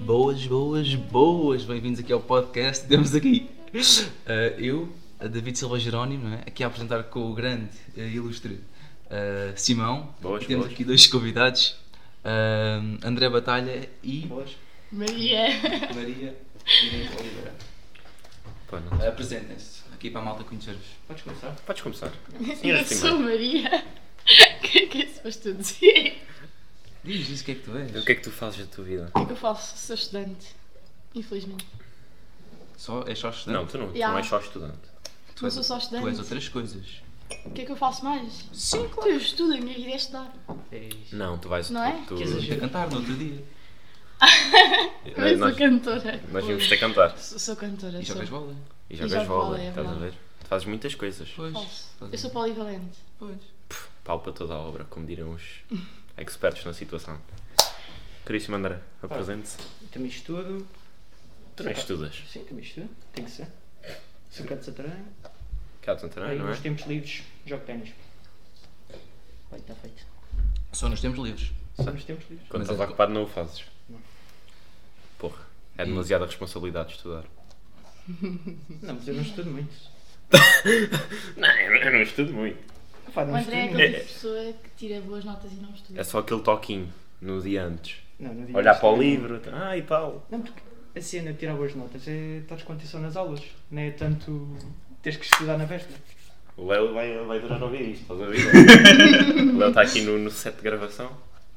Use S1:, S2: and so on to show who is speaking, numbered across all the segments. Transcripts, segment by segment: S1: boas, boas, boas. Bem-vindos aqui ao podcast. Temos aqui eh, eu, a David Silva Jerónimo, não é? aqui a apresentar com o grande, eh, ilustre eh, Simão.
S2: Boas,
S1: e temos
S2: boas.
S1: aqui dois convidados, ah, André Batalha e
S3: Maria.
S1: Maria Inês Oliveira.
S2: Pá, não.
S1: Apresentem-se aqui para a malta conhecer-vos. Podes começar?
S2: É, Podes começar.
S3: Eu
S2: Senhora
S3: sou
S2: Simão,
S3: Maria. O que é que é suposto eu dizer?
S1: Diz, diz o que é que tu és.
S2: o que é que tu fazes da tua vida?
S3: Eu faço, sou estudante. Infelizmente.
S1: Só, és só estudante?
S2: Não, tu não, tu
S3: Yeah.
S2: não és só estudante.
S1: tu
S3: Não
S1: és,
S3: sou só
S1: tu és
S3: estudante.
S1: outras coisas.
S3: O que é que eu faço mais? Sim, claro. Eu estudo, a minha vida é estudar.
S1: És...
S2: Não, tu vais.
S3: Não é?
S2: Tu,
S1: Queres
S2: tu,
S1: ir a cantar no outro dia?
S3: Eu sou
S2: nós
S3: cantora.
S2: nós vimos-te a cantar.
S3: Sou, sou cantora.
S1: E
S3: sou.
S1: jogas bola?
S2: E
S3: jogo
S2: jogas
S3: vôlei,
S2: vôlei,
S3: é
S2: estás a ver?
S3: verdade.
S2: Tu fazes muitas coisas.
S1: Pois.
S3: Falso.
S1: Estás a
S3: Eu sou
S1: ver?
S3: polivalente.
S1: Pois.
S2: Palpa toda a obra, como diriam os expertos na situação. Caríssimo André, apresente-se.
S4: Também estudo.
S2: Tu não estudas.
S4: Sim, também estudo. Tem que ser. Sou gato de Santarém.
S2: Cá de Santarém,
S4: Aí
S2: não é?
S4: nos tempos livres jogo ténis. Vai, está feito.
S1: Só nos tempos livres.
S4: Só nos tempos livres.
S2: Quando
S1: Mas
S2: estás
S1: é-
S2: ocupado não o fazes.
S4: Não.
S2: Porra, é demasiada responsabilidade estudar.
S4: Não, mas eu não estudo muito.
S2: Não, eu não estudo muito.
S4: Pá,
S3: O
S4: não
S3: André é
S4: um estudo
S3: aquele
S4: muito.
S3: tipo de pessoa que tira boas notas e não estuda.
S2: É só aquele toquinho no dia antes.
S4: Não, não digo
S2: Olhar
S4: isso,
S2: para o
S4: não.
S2: livro, tá, ai Paulo.
S4: Não, porque a cena de tirar boas notas é estar com atenção nas aulas. Não é tanto teres que estudar na véspera.
S2: O Léo vai, vai durar ouvir isto, estás a ouvir? o Léo está aqui no, no set de gravação,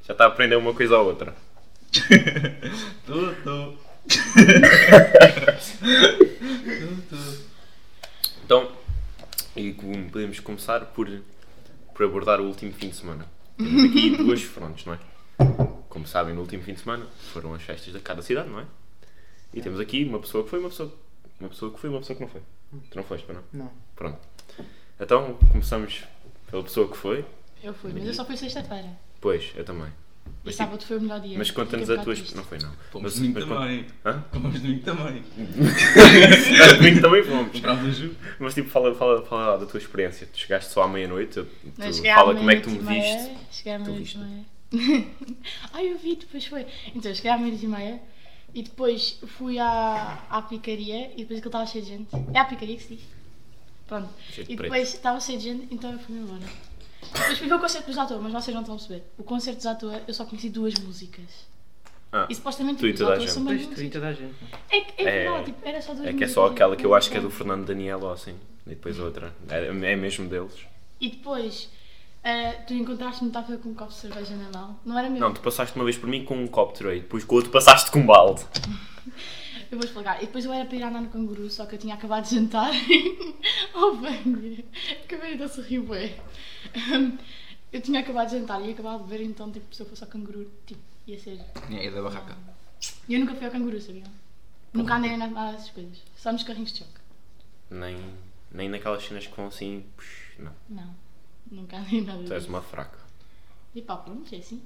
S2: já está a aprender uma coisa ou outra.
S1: Tu, tu. tu, tu.
S2: Então, e com- podemos começar por, por abordar o último fim de semana. Temos aqui duas frontes, não é? Como sabem, no último fim de semana foram as festas de cada cidade, não é? E temos aqui uma pessoa que foi, uma pessoa, uma pessoa que foi, uma pessoa que não foi. Tu não foste, pois não?
S4: Não.
S2: Pronto. Então, começamos pela pessoa que foi.
S3: Eu fui, mas eu só fui sexta-feira.
S2: Pois, eu também.
S3: E
S2: Mas, tipo,
S3: sábado foi o melhor dia.
S2: mas conta-nos
S3: Fiquei
S2: a
S3: um
S2: tua...
S3: bocado
S2: exp- Não
S3: triste.
S2: foi, não.
S1: Fomos
S2: Mas-
S1: domingo
S2: mas conta-
S1: também.
S2: Hã?
S1: Fomos domingo também.
S2: Nós domingo É, também fomos.
S1: Bravo, Ju.
S2: Mas tipo, fala, fala, fala da tua experiência. Tu chegaste só à meia-noite, eu-
S3: Não,
S2: tu
S3: cheguei à
S2: fala como é que tu me
S3: meia-noite e
S2: viste.
S3: meia, Cheguei à meia-noite e
S2: viste-me.
S3: meia. Ai, eu vi, depois foi. Então, eu cheguei à meia-noite e meia e depois fui à, à picaria e depois aquilo estava cheio de gente. É à picaria que se diz. Pronto.
S2: Cheio de
S3: E
S2: preto.
S3: depois estava cheio de gente, então eu fui embora. Depois fui ver o concerto dos Zatua, mas vocês não estão a perceber. O concerto dos Zatua eu só conheci duas músicas.
S2: Ah,
S3: E supostamente
S2: Tu e
S3: os
S2: toda a
S3: Zatua são
S2: gente.
S3: mais
S4: Pois, tu e
S3: músicas.
S4: toda a gente.
S3: É, que- é
S2: É-
S3: verdade, tipo, era só duas
S2: É que é
S3: músicas,
S2: só
S3: tipo,
S2: aquela que eu acho que é
S3: não.
S2: do Fernando Daniel ou assim. E depois outra. É, é mesmo deles.
S3: E depois ah, tu encontraste-me, estava com um copo de cerveja na mão. Não era meu.
S2: Não, tu passaste uma vez por mim com um copter e depois com o outro passaste com um balde.
S3: Eu vou explicar. E depois eu era para ir andar no canguru, só que eu tinha acabado de jantar. oh, bem, acabei de sorrir, bué. Hum, Eu tinha acabado de jantar e ia acabar de beber, então, tipo, se eu fosse ao canguru, tipo, ia ser.
S1: É da barraca.
S2: Ah,
S3: E eu nunca fui ao canguru, sabiam? Nunca andei na- nada dessas coisas. Só nos carrinhos de choque.
S2: Nem, nem naquelas cenas que vão assim. pux, não,
S3: Não. Nunca andei em nada
S2: tu és
S3: disso.
S2: uma fraca.
S3: E pá, pronto, é assim.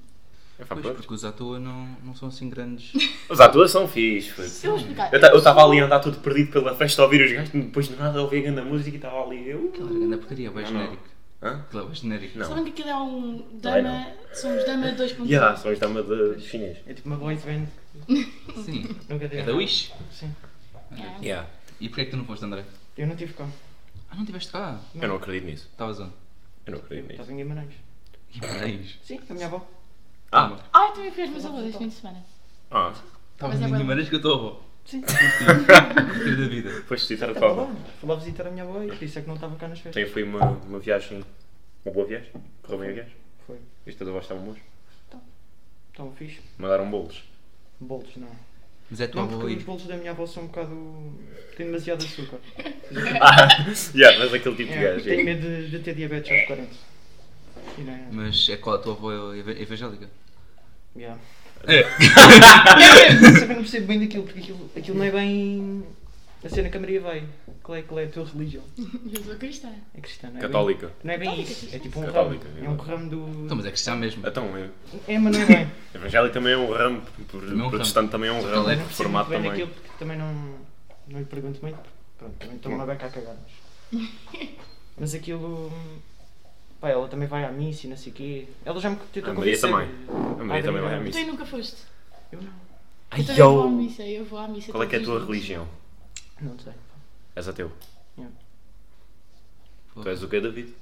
S2: É pá,
S1: Pois,
S2: pronto.
S1: porque os à toa não, não são assim grandes.
S2: Os atores são fixe. foi.
S3: Se eu vou explicar.
S2: assim. Eu ta- Eu estava ali a andar tudo perdido pela festa a ouvir os gajos, depois do nada ouvi a grande música e estava ali eu.
S1: Aquela grande porcaria, bem
S2: Não, não.
S1: genérico.
S2: Hã?
S1: Aquela bem genérico.
S2: Não.
S3: Sabem que aquilo é um Dama. Somos Dama 2.0.
S2: Ya, ah, só está uma de chinês.
S4: É tipo uma boys band.
S1: Sim.
S4: Nunca tive
S1: É da
S4: nada.
S1: Wish.
S4: Sim.
S3: Yeah.
S2: Yeah.
S1: E porquê é que tu não foste, André?
S4: Eu não tive cá.
S1: Ah, não estiveste cá.
S2: Eu não acredito nisso.
S1: Estavas onde?
S2: Eu não acredito nisso.
S4: Estás em Guimarães.
S1: Guimarães.
S4: Sim, com a minha avó.
S1: Tá
S2: Ah,
S3: Ai, também fui aos meus avós este fim de semana.
S2: ah.
S1: Estavas
S3: Mas é
S1: em
S3: bom.
S1: Guimarães que eu estou
S4: Sim.
S1: a curtir da vida.
S2: Foste citar a
S4: Estava
S2: tua
S4: lá. Fui lá visitar a minha avó e por isso é que não estava cá nas festas.
S2: Então foi uma, uma viagem. Uma boa viagem. Correu bem a viagem.
S4: Foi.
S2: Viste a voz estavam boas.
S4: Tão fixe.
S2: Mandaram bolos.
S4: Bolos, não.
S1: Mas é tua
S4: Não,
S1: avó
S4: porque
S1: aí.
S4: os bolos da minha avó são um bocado. têm demasiado açúcar.
S2: Ah, yeah, mas aquele tipo de
S4: É,
S2: gajo.
S4: tenho
S2: é.
S4: medo de, de ter diabetes aos 40. E não é.
S1: Mas é qual a tua avó eva- evangélica?
S4: Yeah.
S1: É.
S4: Mas também não percebo bem daquilo, porque aquilo, aquilo não é bem. a cena que a Maria vai. Qual é, qual é a tua religião?
S3: Eu sou cristã.
S4: É cristã, não é? bem-
S2: Católica.
S4: Não é bem
S3: Católica,
S4: isso.
S3: sim.
S4: É tipo um ramo.
S2: Católica,
S4: É um ramo
S1: Então,
S4: do.
S1: mas é cristã mesmo.
S2: Então, é-
S4: É, mas não é bem.
S2: evangélico também é um ramo.
S1: Também
S2: por-
S1: é um ramo.
S2: Protestante também é um
S1: Ele é
S2: ramo.
S4: Não percebo muito
S2: Reformado
S4: bem
S2: também.
S4: daquilo, porque também não. não lhe pergunto muito. porque, Pronto, também estou-me a beca a cagar. mas- Mas aquilo. Pá, ela também vai à missa e não sei o quê. Ela já me tentou
S2: A Maria
S4: convencer.
S2: também. A Maria também vai à
S3: Então
S2: missa.
S3: e nunca foste?
S4: Ah, Eu não.
S3: Eu
S2: Ai,
S3: também
S2: yo!
S3: vou à missa, eu vou à
S1: tipo
S3: missa.
S2: Qual é que é a tua
S3: todos os dias.
S2: religião?
S4: Não sei.
S2: És ateu.
S1: Pô,
S2: Então, Tu és o quê, David?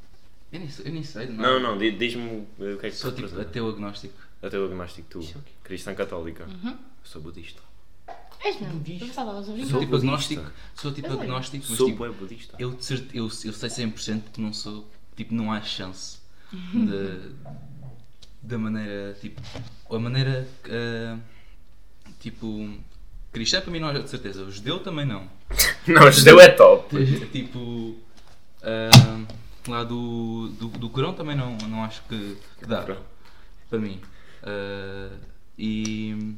S1: eu, nem, sei- eu nem sei,
S2: Não, não, di- diz-me o que é que
S1: Sou
S2: tu
S1: tipo
S2: representa.
S1: ateu agnóstico.
S2: Ateu agnóstico, tu.
S4: Isso é o quê?
S2: Cristã católica.
S1: Hum.
S2: Eu Sou budista.
S3: Uhum. És mesmo?
S4: Budista.
S3: Eu estavas a
S1: Sou
S3: brincar.
S1: tipo
S2: budista.
S1: agnóstico, sou tipo
S3: É sério?
S1: agnóstico, mas
S2: Sou
S1: tipo,
S2: bué budista.
S1: eu, de certe- eu, eu sei 100% que não sou, tipo, não há chance de, da maneira, tipo, a maneira, ah, tipo, cristã para mim não é de certeza, o judeu também não,
S2: Não, judeu é top.
S1: tipo, ah, lá do, do, do Corão também não, não acho que, que dá para mim. Ah, e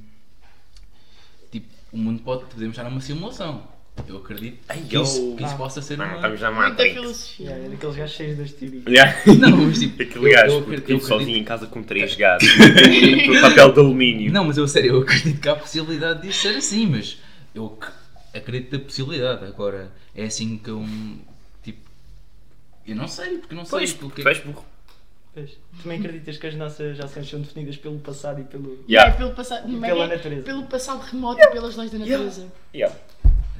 S1: tipo, o mundo pode podemos estar numa simulação. Eu acredito
S2: Ai,
S1: que isso,
S2: eu- tá
S1: que isso
S4: Ah.
S1: possa ser
S2: Não,
S1: uma.
S2: estamos na
S3: Muita
S2: Matrix.
S4: Yeah,
S3: filosofia.
S4: é daqueles gajos cheios das teorias.
S2: Yeah.
S1: Não, mas tipo.
S2: Aquele
S1: eu
S2: gajo puto,
S1: acredito-
S2: que vive
S1: eu
S2: sozinho
S1: acredito-
S2: em casa com três gatos. Com papel de alumínio.
S1: Não, mas eu sério, eu acredito que há a possibilidade disso ser assim, mas eu ac- acredito na possibilidade. Agora, é assim que eu. Tipo. Eu não sei, porque não sei.
S2: Pois,
S1: porque...
S2: tu és burro.
S4: Pois. Também acreditas que as nossas ações são definidas pelo passado e pelo.
S2: Yeah.
S3: É pelo passado,
S4: E
S3: não
S4: pela
S3: é?
S4: natureza.
S3: Pelo passado remoto e pelas leis da
S2: Yeah.
S3: natureza.
S2: Yeah.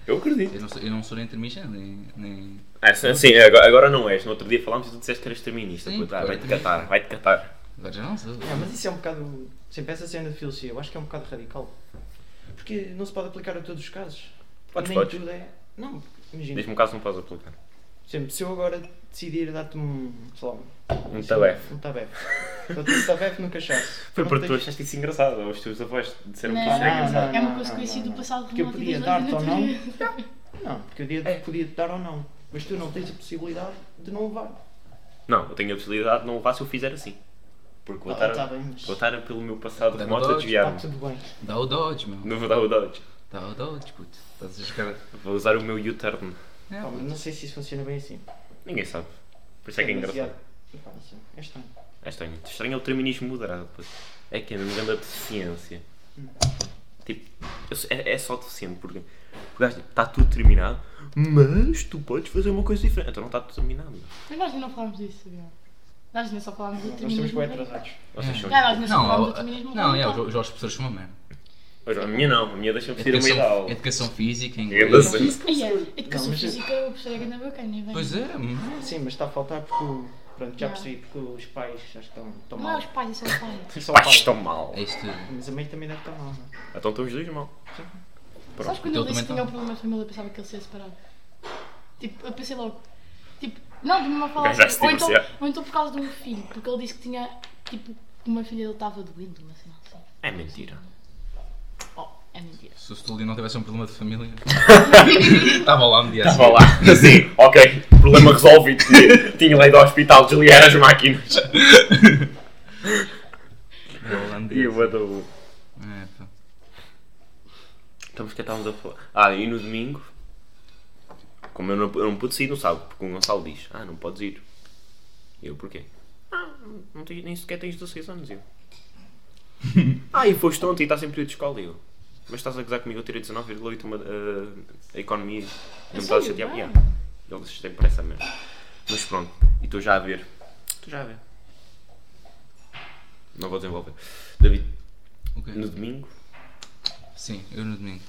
S2: Eu acredito.
S1: Eu não sou, eu não sou nem intermitente, nem. nem...
S2: Ah, sim, sim, agora, agora não és. No outro dia falámos e tu disseste que eras terminista.
S1: Sim,
S2: puto. Ah,
S1: porque
S2: vai-te
S1: eu também-
S2: catar, vai-te catar.
S1: Agora já não sou.
S4: É, mas isso é um bocado. Sempre essa cena de filosofia, eu acho que é um bocado radical. Porque não se pode aplicar a todos os casos.
S2: Podes,
S4: Nem
S2: podes.
S4: tudo é. Não, imagina.
S2: Diz-me um caso que não podes aplicar.
S4: Por exemplo, se eu agora decidir dar-te um. sei lá. Um,
S2: Um tabefe.
S4: Um tabefe. Dou-te um tabefe no cachaço.
S2: Foi
S4: Não
S2: porque tu
S4: tens-
S2: achaste isso engraçado. Ou os teus avós disseram que
S3: Não,
S2: isso era
S4: não,
S2: engraçado.
S3: É uma
S4: não,
S3: coisa que
S4: não,
S3: eu conheci
S4: não,
S3: do
S4: não.
S3: passado
S4: Porque eu
S3: remoto e
S4: podia
S3: das leis
S4: dar-te
S3: da
S4: ou não.
S3: natureza.
S4: Não, porque eu dia- podia-te dar ou não. Mas tu não tens a possibilidade de não levar.
S2: Não, eu tenho a possibilidade de não levar se eu fizer assim. Porque vou
S4: Ah,
S2: estar,
S4: tá bem, mas-
S2: vou estar pelo meu passado
S1: Dá
S2: remoto a
S1: dodge,
S4: Está
S2: desviar-me.
S4: tudo bem.
S1: Dá o Dodge, meu.
S2: Não vou dar o dodge.
S1: Dá o Dodge, puto. Estás a jogar.
S2: Vou usar o meu U-turn.
S1: É,
S4: Pá, mas não sei se isso funciona bem assim.
S2: Ninguém sabe. Por isso é que é engraçado.
S4: demasiado. Pá, não sei. É estranho.
S2: É estranho. Estranho é o terminismo moderado. Pois. É que é mesmo grande a deficiência. Tipo, eu sei- é, é só deficiente porque o gajo está tudo terminado, mas tu podes fazer uma coisa diferente. Então não está tudo terminado. meu.
S3: Mas nós ainda não falámos disso, sabia? Nós ainda só falámos do
S4: Nós estamos
S3: determinismo.
S4: bem atrasados.
S2: Vocês são.
S3: Não, nós ainda só
S1: Não,
S3: falámos do tá.
S1: a-
S3: determinismo.
S1: não, é,
S3: radical.
S1: os, os professores são uma merda.
S2: Mas A minha não, a minha deixa-me ser uma
S1: Educação,
S2: ideal.
S1: educação física,
S2: Eu
S1: inglês.
S2: não sei.
S3: Ai, é, Educação
S4: Não, mas-
S3: física, eu percebi que não é bacana, nem bem.
S1: Pois é, mas-
S4: Sim, mas está a faltar porque. o- Pronto, já
S3: Não.
S4: percebi, porque os pais já estão, estão
S3: Não é
S4: mal.
S3: os pais, é só os pais.
S4: Só o
S2: Pais
S4: pai.
S2: estão mal.
S1: é isto. tudo.
S4: Mas a mãe também deve estar mal, não é?
S2: Então estão os dois mal.
S3: Sabes
S2: Pronto.
S3: quando eu
S1: Então
S3: disse que
S1: também
S3: tinha um
S1: tá.
S3: problema de família, eu pensava que ele se ia separar. Tipo, eu pensei logo. Tipo, não, de uma
S2: O
S3: forma.
S2: gajo já se
S3: Ou então,
S2: divorciou.
S3: ou então por causa de um filho, porque ele disse que tinha, tipo, que uma filha dele estava doente, uma cena assim.
S2: É mentira.
S3: Oh, é mentira.
S1: Se o Stolino não tivesse um problema de família. Estava lá no dia assim. a
S2: Estava
S1: seguir.
S2: lá. Sim, ok. Problema resolvido. Tinha- Tinha lá ido ao hospital desligar as máquinas.
S1: Estava lá no
S2: E
S1: dia a
S2: eu adoro.
S1: seguir. É, pá.
S2: Estamos Então, que estávamos a falar. Ah, e no domingo, como eu não, eu não pude sair no sábado, porque o Gonçalo diz: Ah, não podes ir. E eu, porquê? Ah, não tens, nem sequer tens 16 anos. e Eu. ah, e foste ontem e estás em período de escola. e Eu. Mas estás a gozar comigo, eu tirei 19,8 uma, ah, a economia. Não me estás a
S3: sério?
S2: chatear.
S3: Ah.
S2: Yeah. Ele se para essa merda. Mas pronto, e estou já a ver. Estou já a ver. Não vou desenvolver. David,
S1: Ok.
S2: no domingo,
S1: Sim, eu no domingo.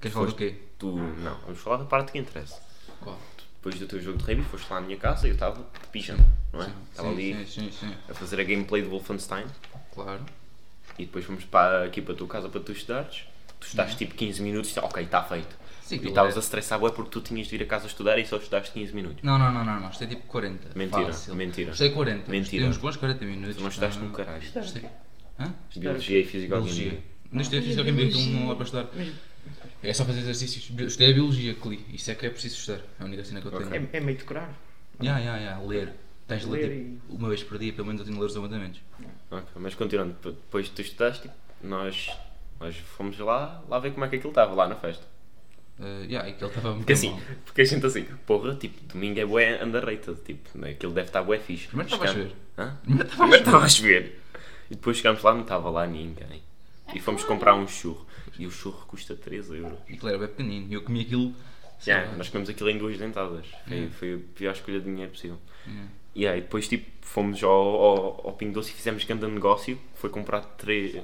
S1: Queres falar do quê?
S2: tu. Não, vamos falar da parte que interessa.
S1: Qual?
S2: depois do teu jogo de rugby, foste lá à minha casa e eu estava de pijama, não é? Estava
S1: sim,
S2: ali
S1: sim, sim, sim.
S2: a fazer a gameplay do Wolfenstein
S1: Claro.
S2: e depois fomos para, aqui para a tua casa para tu estudares. Tu estudaste tipo 15 minutos e ok, está feito.
S1: Uhum. Sim,
S2: e
S1: aquilo
S2: estavas
S1: é-
S2: a estressar bué porque tu tinhas de ir a casa estudar e só estudaste 15 minutos.
S1: Não, não, não, não, não. Estei tipo 40.
S2: Mentira,
S1: Fácil. é
S2: mentira.
S1: Estei 40.
S2: Mentira.
S1: Estei uns bons 40 minutos.
S2: Tu não estudaste
S1: Ah,
S2: no caralho.
S1: Estudei. Hã?
S2: Biologia e física
S1: Biologia.
S2: alguém.
S1: Não estudei
S3: Ah,
S1: física
S3: e a
S1: química,
S3: biologia?
S1: aquilo não é para estudar. É só fazer exercícios. Bi- Estudei a biologia que li. Isso é que é preciso estudar. É a única cena que eu tenho.
S2: Ok.
S4: É, é meio decorar.
S1: Ya, ya, ya, ler. Tens de ler
S4: Ler
S1: tipo, uma vez por dia, pelo menos eu tenho de ler os apontamentos.
S2: Ok, mas continuando, p- depois tu estudaste, tipo, nós, nós fomos lá, lá ver como é que aquilo estava lá na festa.
S1: Uh, yeah, e que ele estava muito
S2: Porque assim,
S1: mal.
S2: porque a gente assim, porra, tipo, domingo é bué underrated, tipo, né? aquilo deve estar bué fixe.
S1: Primeiro estava a
S2: Chegamos-
S1: chover.
S2: Hã?
S1: Primeiro estava a
S2: Primeiro estava a chover. E depois chegámos lá, não estava lá ninguém. E fomos comprar um churro. E o churro custa 3 euros.
S1: E aquilo era bem pequenino. Eu comi aquilo. sei
S2: Yeah,
S1: lá.
S2: nós comemos aquilo em duas dentadas. Foi, foi a pior escolha de dinheiro possível. Yeah, e depois tipo, fomos ao, ao, ao Pingo Doce e fizemos grande negócio. Foi comprar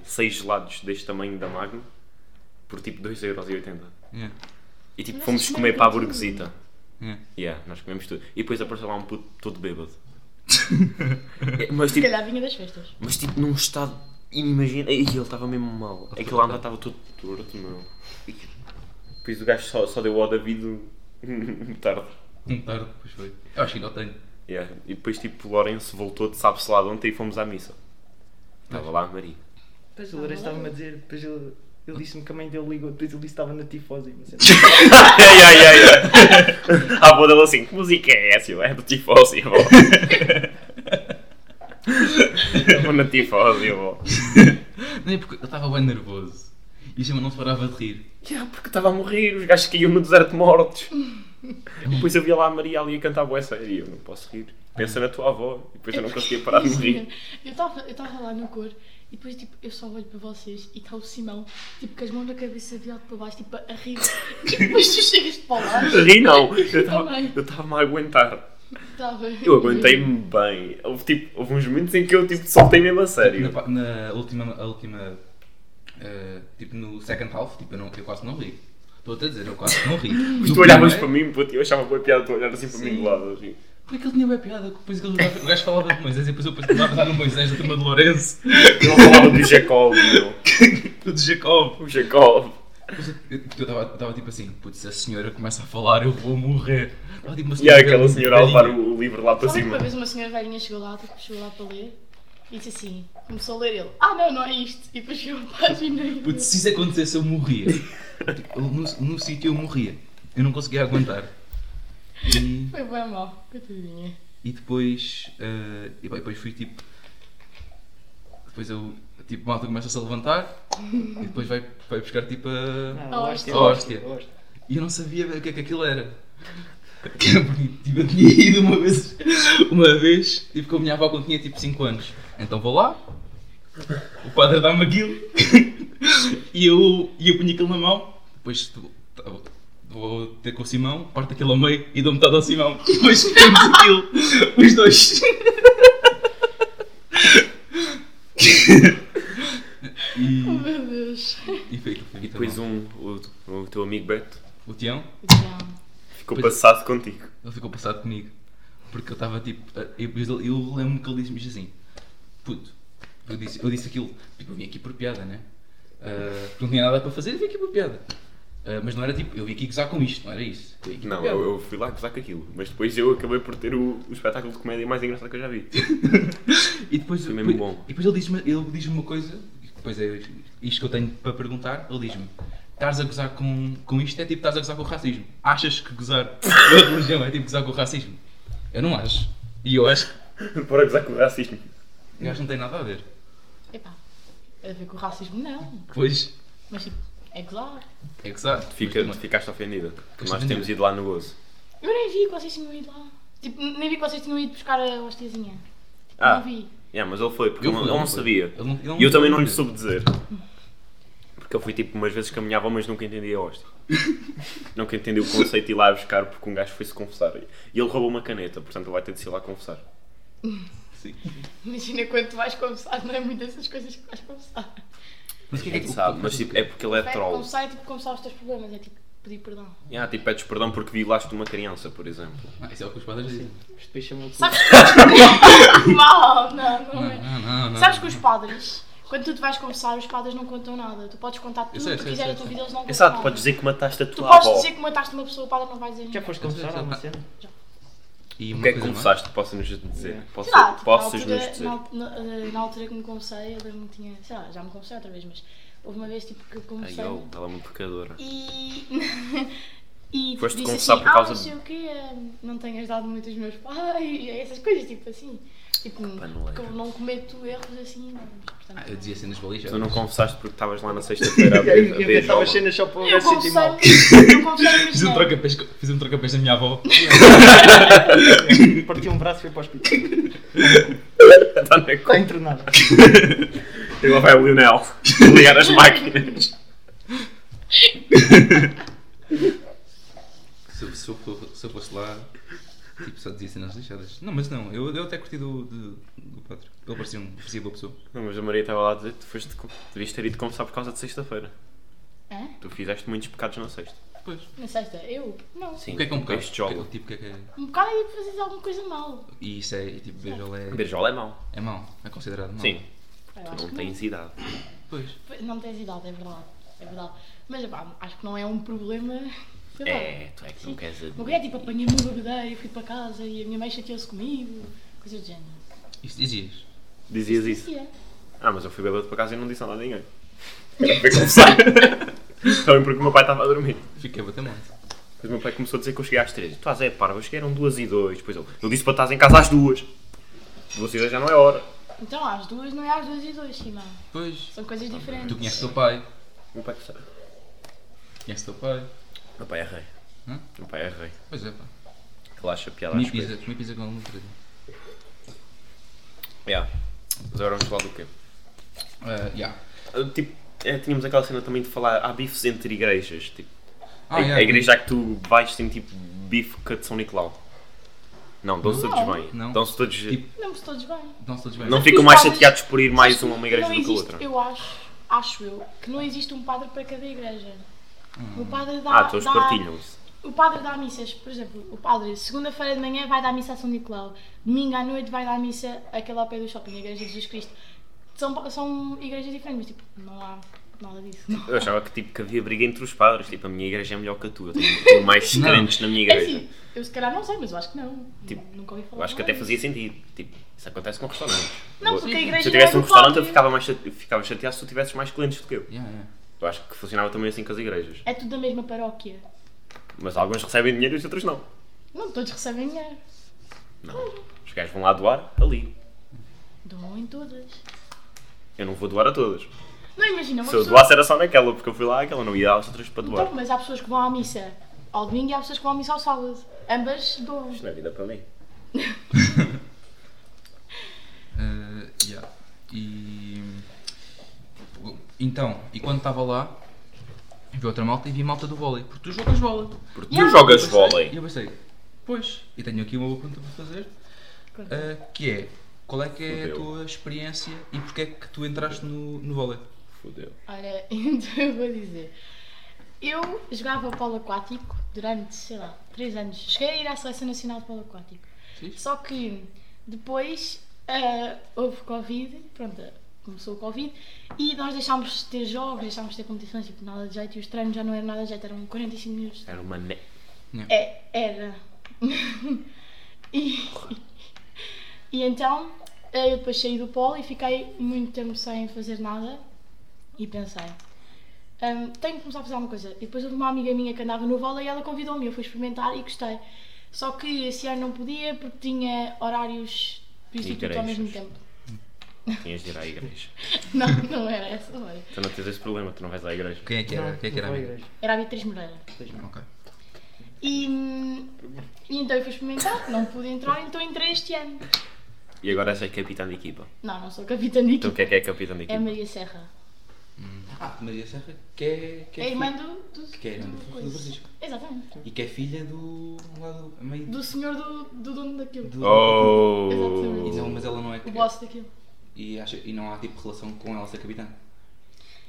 S2: 6 gelados deste tamanho da Magno. por tipo 2,80€.
S1: Yeah.
S2: E tipo,
S3: Mas
S2: fomos
S3: isso não
S2: comer
S3: é
S2: para a
S3: tudo.
S2: burguesita.
S1: Yeah.
S2: Yeah, nós comemos tudo. E depois apareceu lá um puto todo bêbado. É, mas,
S3: Se
S2: tipo,
S3: calhar vinha das festas.
S2: mas tipo, num estado. Imagina. E ele estava mesmo mal. Aquele andar estava todo torto, meu. E Depois o gajo só, só deu ao David um- tarde.
S1: Um tarde depois foi. Eu acho que ainda o tenho.
S2: Yeah. E depois, tipo, o Lourenço voltou de sabe-se lá de ontem e fomos à missa. Estava lá a Maria.
S4: Depois o Lourenço estava-me a dizer, depois ele, ele disse-me que a mãe dele ligou, depois ele disse que estava na tifose. Mas
S2: ai, ai, ai, ai. A avó dele assim, que música é essa? Eu, É do tifose, avó. Eu vou na tifose, avó.
S1: Não é porque eu estava bem nervoso. E o Chema não se parava de rir.
S2: Yeah, porque estava a morrer, os gajos caíam no deserto mortos. E depois eu via lá a Maria ali a cantar boa séria e eu não posso rir. Pensa na tua avó. E depois eu não conseguia parar de rir.
S3: Eu estava eu tava lá no cor e depois tipo, eu só olho para vocês e está o Simão, tipo, com as mãos na cabeça virado para baixo, tipo, a rir. e depois tu chegas para lá.
S2: Ri não, eu
S3: Também.
S2: estava-me a aguentar.
S3: Estava.
S2: Eu aguentei-me bem. Houve, tipo, houve uns momentos em que eu tipo, soltei mesmo a
S1: Na,
S2: sério.
S1: pa- na última. A última eh, tipo no second half, tipo, eu, não, eu quase não ri. Estou até a dizer, eu quase não ri.
S2: Mas
S1: No
S2: tu olhavas
S1: primeiro-
S2: para mim, puto, e eu achava boa piada, tu olhavas assim para mim
S1: Sim.
S2: de lado. Assim.
S1: Como é que ele tinha bem piada? Depois que ele jogava- o gajo falava de Moisés e depois eu pensava a pensar no Moisés da turma de Lourenço,
S2: Eu falava do Jacob, meu.
S1: do Jacob.
S2: O Jacob.
S1: Depois Eu eu estava estava tipo assim, putz, se a senhora começa a falar, eu vou morrer. Estava tipo uma
S2: E há aquela senhora a levar
S1: velhinha.
S2: o, o livro lá para
S3: Sabe que uma
S2: cima.
S3: vez uma senhora velhinha chegou lá, tipo, chegou lá para ler e disse assim, começou a ler ele, ah não, não é isto. E depois chegou a página e
S1: Putz, se isso acontecesse, eu morria. Eu, No, no sítio eu morria. Eu não conseguia aguentar. E,
S3: foi bem mal, coitadinha.
S1: e depois. eh, e pá, depois fui tipo. Depois eu. Tipo, malta começa-se a levantar e depois vai, vai buscar tipo a.
S4: Ah.
S3: hóstia.
S1: Hóstia. E eu não sabia bem o que é que aquilo era. Porque tipo, eu tinha ido uma vez, uma vez, tipo, com a minha avó quando tinha tipo 5 anos. Então vou lá, o padre dá-me aquilo, e eu, e eu ponho aquilo na mão, depois tu- tá- vou ter com o Simão, parto aquilo ao meio e dou metade ao Simão. E depois temos aquilo, os dois. e,
S3: Oh meu Deus.
S1: e foi aquilo. foi muito
S2: Depois
S1: bom.
S2: um, o, o teu amigo Beto,
S1: O Tião
S2: ficou
S1: Pois-
S2: passado contigo.
S1: Ele ficou passado comigo. Porque eu estava tipo. Eu, eu- eu lembro-me que ele disse-me isto assim: Puto, eu disse, eu disse aquilo. Tipo, eu vim aqui por piada, né? Ah, porque não tinha nada para fazer, eu vim aqui por piada. Ah, mas não era tipo, eu vim aqui gozar com isto, não era isso. Eu vim aqui por
S2: Não,
S1: piada.
S2: eu, eu fui lá gozar com aquilo. Mas depois eu acabei por ter o, o espetáculo de comédia mais engraçado que eu já vi.
S1: E depois,
S2: Foi mesmo
S1: depois-
S2: bom.
S1: E depois ele diz-me ele diz uma coisa, e depois é isto que eu tenho para perguntar, ele diz-me, estás a gozar com, com isto é tipo estás a gozar com o racismo. Achas que gozar com a religião é tipo gozar com o racismo? Eu não acho. E eu acho que
S2: Para gozar com o racismo.
S1: eu acho que não tem nada a ver.
S3: Epá, a ver com o racismo não,
S1: Pois,
S3: mas tipo, é gozar.
S1: é gozar.
S2: Fica,
S1: Mas,
S2: ficaste ofendida. Porque
S1: Ficaste
S2: nós
S1: ofendida.
S2: temos ido lá no gozo.
S3: Eu nem vi que vocês tinham ido lá. Tipo, nem vi que vocês tinham ido buscar a hostiazinha. Tipo,
S2: Ah.
S3: Não vi.
S2: Yeah, mas ele foi, porque
S1: Eu
S2: eu, não-
S1: fui,
S2: eu
S1: eu
S2: não
S1: fui.
S2: sabia.
S1: Ele não- ele não-
S2: E eu também não
S1: ele
S2: lhe
S1: não
S2: soube dizer. Porque eu fui tipo umas vezes caminhava, mas nunca entendia a hóstia. nunca entendi o conceito de ir lá buscar porque um gajo foi-se confessar. E ele roubou uma caneta, portanto ele vai ter de se ir lá confessar.
S1: Sim.
S3: Imagina quando tu vais conversar, não é muito dessas coisas que vais conversar.
S1: Mas o que é
S2: Ele
S1: que
S2: sabe, mas tipo, é porque ele é
S3: Vai
S2: troll.
S3: Conversar é tipo conversar os teus problemas, é tipo pedir perdão.
S2: Yeah, tipo, pedes perdão porque violaste uma criança, por exemplo.
S1: Ah, isso é o que os padres dizem.
S4: Mas depois chamou o
S3: Sabes Mal, não, não é.
S1: Não, não, não.
S3: Sabes que os padres, quando tu te vais confessar, os padres não contam nada. Tu podes contar tudo
S1: sei,
S3: o que
S1: sei,
S3: quiser
S1: sei,
S3: a tua
S1: sei.
S3: vida, eles não contam
S2: Exato,
S3: nada.
S2: podes dizer que mataste a tua
S3: Tu podes
S2: avó.
S3: dizer que mataste uma pessoa, o padre não vai dizer
S4: Já
S3: nada.
S4: foste confessar alguma cena?
S1: E
S2: O
S1: uma
S2: que é
S1: coisa
S2: que
S1: mais.
S2: confessaste? Posso-nos dizer? Posso-
S3: Sei lá, tipo, na
S2: Possas-nos
S3: altura,
S2: dizer?
S3: na, al- na- eh, na altura que me confessei, eu lembro-me que tinha, sei lá, já me confessei outra vez, mas houve uma vez tipo, que eu
S2: Ai,
S3: confessei
S2: eu, ela é muito pecadora.
S3: e... e
S2: Foste
S3: disse
S2: confessar
S3: assim,
S2: por causa
S3: ah, não
S2: de-
S3: sei o quê, eh, não tenho ajudado muito os meus pais, essas coisas, tipo assim, tipo,
S2: paneleira.
S3: que eu não cometo erros assim, mas, portanto,
S1: Ah, eu dizia cenas balichas.
S2: Tu não confessaste porque estavas lá na sexta-feira a
S4: E aí
S2: ver a ver
S4: inventava
S2: Jola.
S4: cenas só para o
S3: Eu
S4: gajo sentir assim, mal.
S3: confessei, eu confessei, mas
S1: Fiz um
S3: não.
S1: troca-pés fiz um troca-pés da minha avó.
S4: Partiu um braço e foi para o hospital.
S2: Tá na
S4: Está
S2: conta.
S4: internado.
S2: E lá vai o Lionel ligar as máquinas.
S1: Se, eu- se, eu, for- se eu fosse lá, tipo, só dizia cenas lixadas. Não, mas não, eu, eu até curti do, do, do padre. Ele parecia, um, parecia boa pessoa.
S2: Não, mas a Maria estava lá a dizer que tu foste, devias ter ido confessar por causa de sexta-feira.
S3: Hã?
S2: Tu fizeste muitos pecados na sexta.
S1: Pois.
S3: Na sexta? Eu? Não.
S2: Sim.
S1: O que é que é um bocado?
S2: Este jogo.
S1: Que- Tipo, o que é que é?
S3: Um bocado é tipo fazer alguma coisa mal.
S1: E isso é, e, tipo, beijola é,
S2: Beijola é mau.
S1: é mau, é considerado mau.
S2: Sim.
S3: Eu
S2: Tu
S3: acho
S2: não
S3: que
S2: tens idade.
S1: Pois.
S3: não. Não tens idade, é verdade. É verdade. Mas pá, acho que não é um problema. sei lá.
S2: É, tu é que não queres
S3: Uma
S2: admitir.
S3: coisa é tipo apanhei-me no bebedeiro, fui para casa e a minha mãe chateou-se comigo. Coisa do género.
S1: Isso dizias.
S2: Dizias isso.
S3: E é.
S2: Ah, mas eu fui bêbado para casa e não disse nada a ninguém. Era para começar. Também porque o meu pai estava a dormir.
S1: Fiquei bater muito.
S2: Depois o meu pai começou a dizer que eu cheguei às 3. Tu às é parva, eu cheguei eram 2 e 2. Depois ele, eu disse para estás em casa às 2. 2 e 2 já não é hora.
S3: Então às duas não é às duas e duas, Simão.
S1: Pois.
S3: São coisas
S1: Tu
S3: diferentes.
S1: conheces o teu pai.
S2: O Meu pai sabe.
S1: Conheces o teu pai.
S2: O Meu pai é rei.
S1: Hã?
S2: O Meu pai é rei.
S1: Pois é, pá.
S2: Ele acha piada
S1: Comi
S2: às
S1: pizza,
S2: coisas.
S1: comi pizza com ele no outro dia.
S2: Yeah. Mas agora vamos falar do quê?
S1: Ah, yeah.
S2: Ah, Tipo, é, tínhamos aquela cena também de falar, há bifes entre igrejas. Tipo,
S1: Ah,
S2: a,
S1: yeah,
S2: a igreja que tu vais tem tipo bife com a de São Nicolau. Não, dão-se todos
S3: Não.
S2: bem.
S1: Não.
S2: Dão-se todos.
S1: Tipo,
S3: Não se todos bem.
S1: Dão-se todos bem.
S2: não
S1: Não.
S2: ficam mais
S3: Sabes-
S2: chateados por ir mais uma a uma igreja
S3: não
S2: do que a
S3: existe,
S2: outra.
S3: Eu acho, acho eu, que não existe um padre para cada igreja. O padre dá.
S2: Ah, todos
S3: dá-
S2: partilham-se.
S3: O padre dá missas, por exemplo, o padre segunda-feira de manhã vai dar missa a São Nicolau, domingo à noite vai dar missa àquela ao pé do shopping, a Igreja de Jesus Cristo. São, são igrejas diferentes, mas tipo, não há nada disso.
S2: Eu achava que, tipo, que havia briga entre os padres. Tipo, a minha igreja é melhor que a tua. Eu tenho, tenho mais
S1: Não.
S2: crentes na minha
S3: É
S2: igreja.
S3: assim, eu se calhar não sei, mas eu acho que não.
S2: Tipo,
S3: Nunca ouvi falar.
S2: Eu acho que até
S3: nada
S2: fazia sentido. Tipo, isso acontece com restaurantes.
S3: Não,
S2: Eu-
S3: porque a igreja
S2: se eu
S3: não
S2: tivesse
S3: é
S2: um
S3: do
S2: restaurante, eu
S3: padre.
S2: ficava, mais chate- ficava chateado se tu tivesses mais clientes do que eu.
S1: Yeah, yeah.
S2: Eu acho que funcionava também assim com as igrejas.
S3: disso. É tudo da mesma paróquia.
S2: Mas alguns recebem dinheiro e os outros não.
S3: Não todos recebem dinheiro.
S2: Não. Os gajos vão lá doar ali.
S3: Dão em todas.
S2: Eu não vou doar a todas.
S3: Não imagina, É uma
S2: Se eu
S3: pessoa.
S2: doasse era só naquela, porque eu fui lá àquela, não ia às outras para doar.
S3: Então, mas há pessoas que vão à missa ao domingo e há pessoas que vão à missa ao sábado. Ambas doam.
S2: Isto não é vida para mim.
S1: Ah, yeah. E. tipo, Então, e quando estava lá, vi outra malta e vi malta do vôlei. Porque tu jogas vôlei.
S2: Porque
S3: Yeah.
S2: tu jogas
S1: Eu pensei-
S2: vôlei.
S1: E eu pensei, pois, e tenho aqui uma boa pergunta para fazer,
S3: Conta.
S1: ah, que é, qual é que é
S2: Fudeu.
S1: a tua experiência e porque é que tu entraste no, no vôlei?
S2: Fudeu.
S3: Olha, então eu vou dizer. Eu jogava polo aquático durante, sei lá, 3 anos. Cheguei a ir à Seleção Nacional de Polo Aquático.
S1: Fixe.
S3: Só que depois ah, houve Covid, pronto, começou o Covid e nós deixámos de ter jogos, deixámos de ter competições, tipo, nada de jeito. E os treinos já não eram nada de jeito, eram 45 minutos.
S2: Era uma ne...
S3: É, era. e, e então eu depois saí do polo e fiquei muito tempo sem fazer nada e pensei. "Hum, tenho que começar a fazer alguma coisa. E depois houve uma amiga minha que andava no vôlei e ela convidou-me. Eu fui experimentar e gostei. Só que esse ano não podia porque tinha horários do instituto ao
S2: Interesses.
S3: mesmo tempo.
S2: Tinhas de ir à igreja.
S3: Não, não era essa hora.
S2: Tu não tens esse problema, tu não vais à igreja.
S1: Quem é que era?
S4: Não,
S1: Quem é que era
S4: não
S1: a
S4: foi
S1: amiga?
S3: Era a Beatriz Moreira.
S4: igreja.
S1: Ok.
S3: E, hum, e então eu fui experimentar, não pude entrar, então entrei este ano.
S2: E agora és a capitã de equipa.
S3: Não, não sou capitã de
S2: Então
S3: equipa.
S2: quem é que é capitã de
S3: É a
S2: equipa?
S3: Maria Serra.
S1: Ah, Maria Serra, que é... Que
S3: É a irmã do, do,
S1: Que é a irmã do- do
S3: coisa.
S1: Francisco.
S3: Exatamente.
S1: E que é filha do... lá do... a mãe
S3: Do senhor do, do dono daquilo.
S1: do-
S2: Oh!
S3: Exatamente.
S1: Então, mas ela não é...
S3: O boss daquilo.
S1: E, acha- e não há tipo relação com ela ser capitã?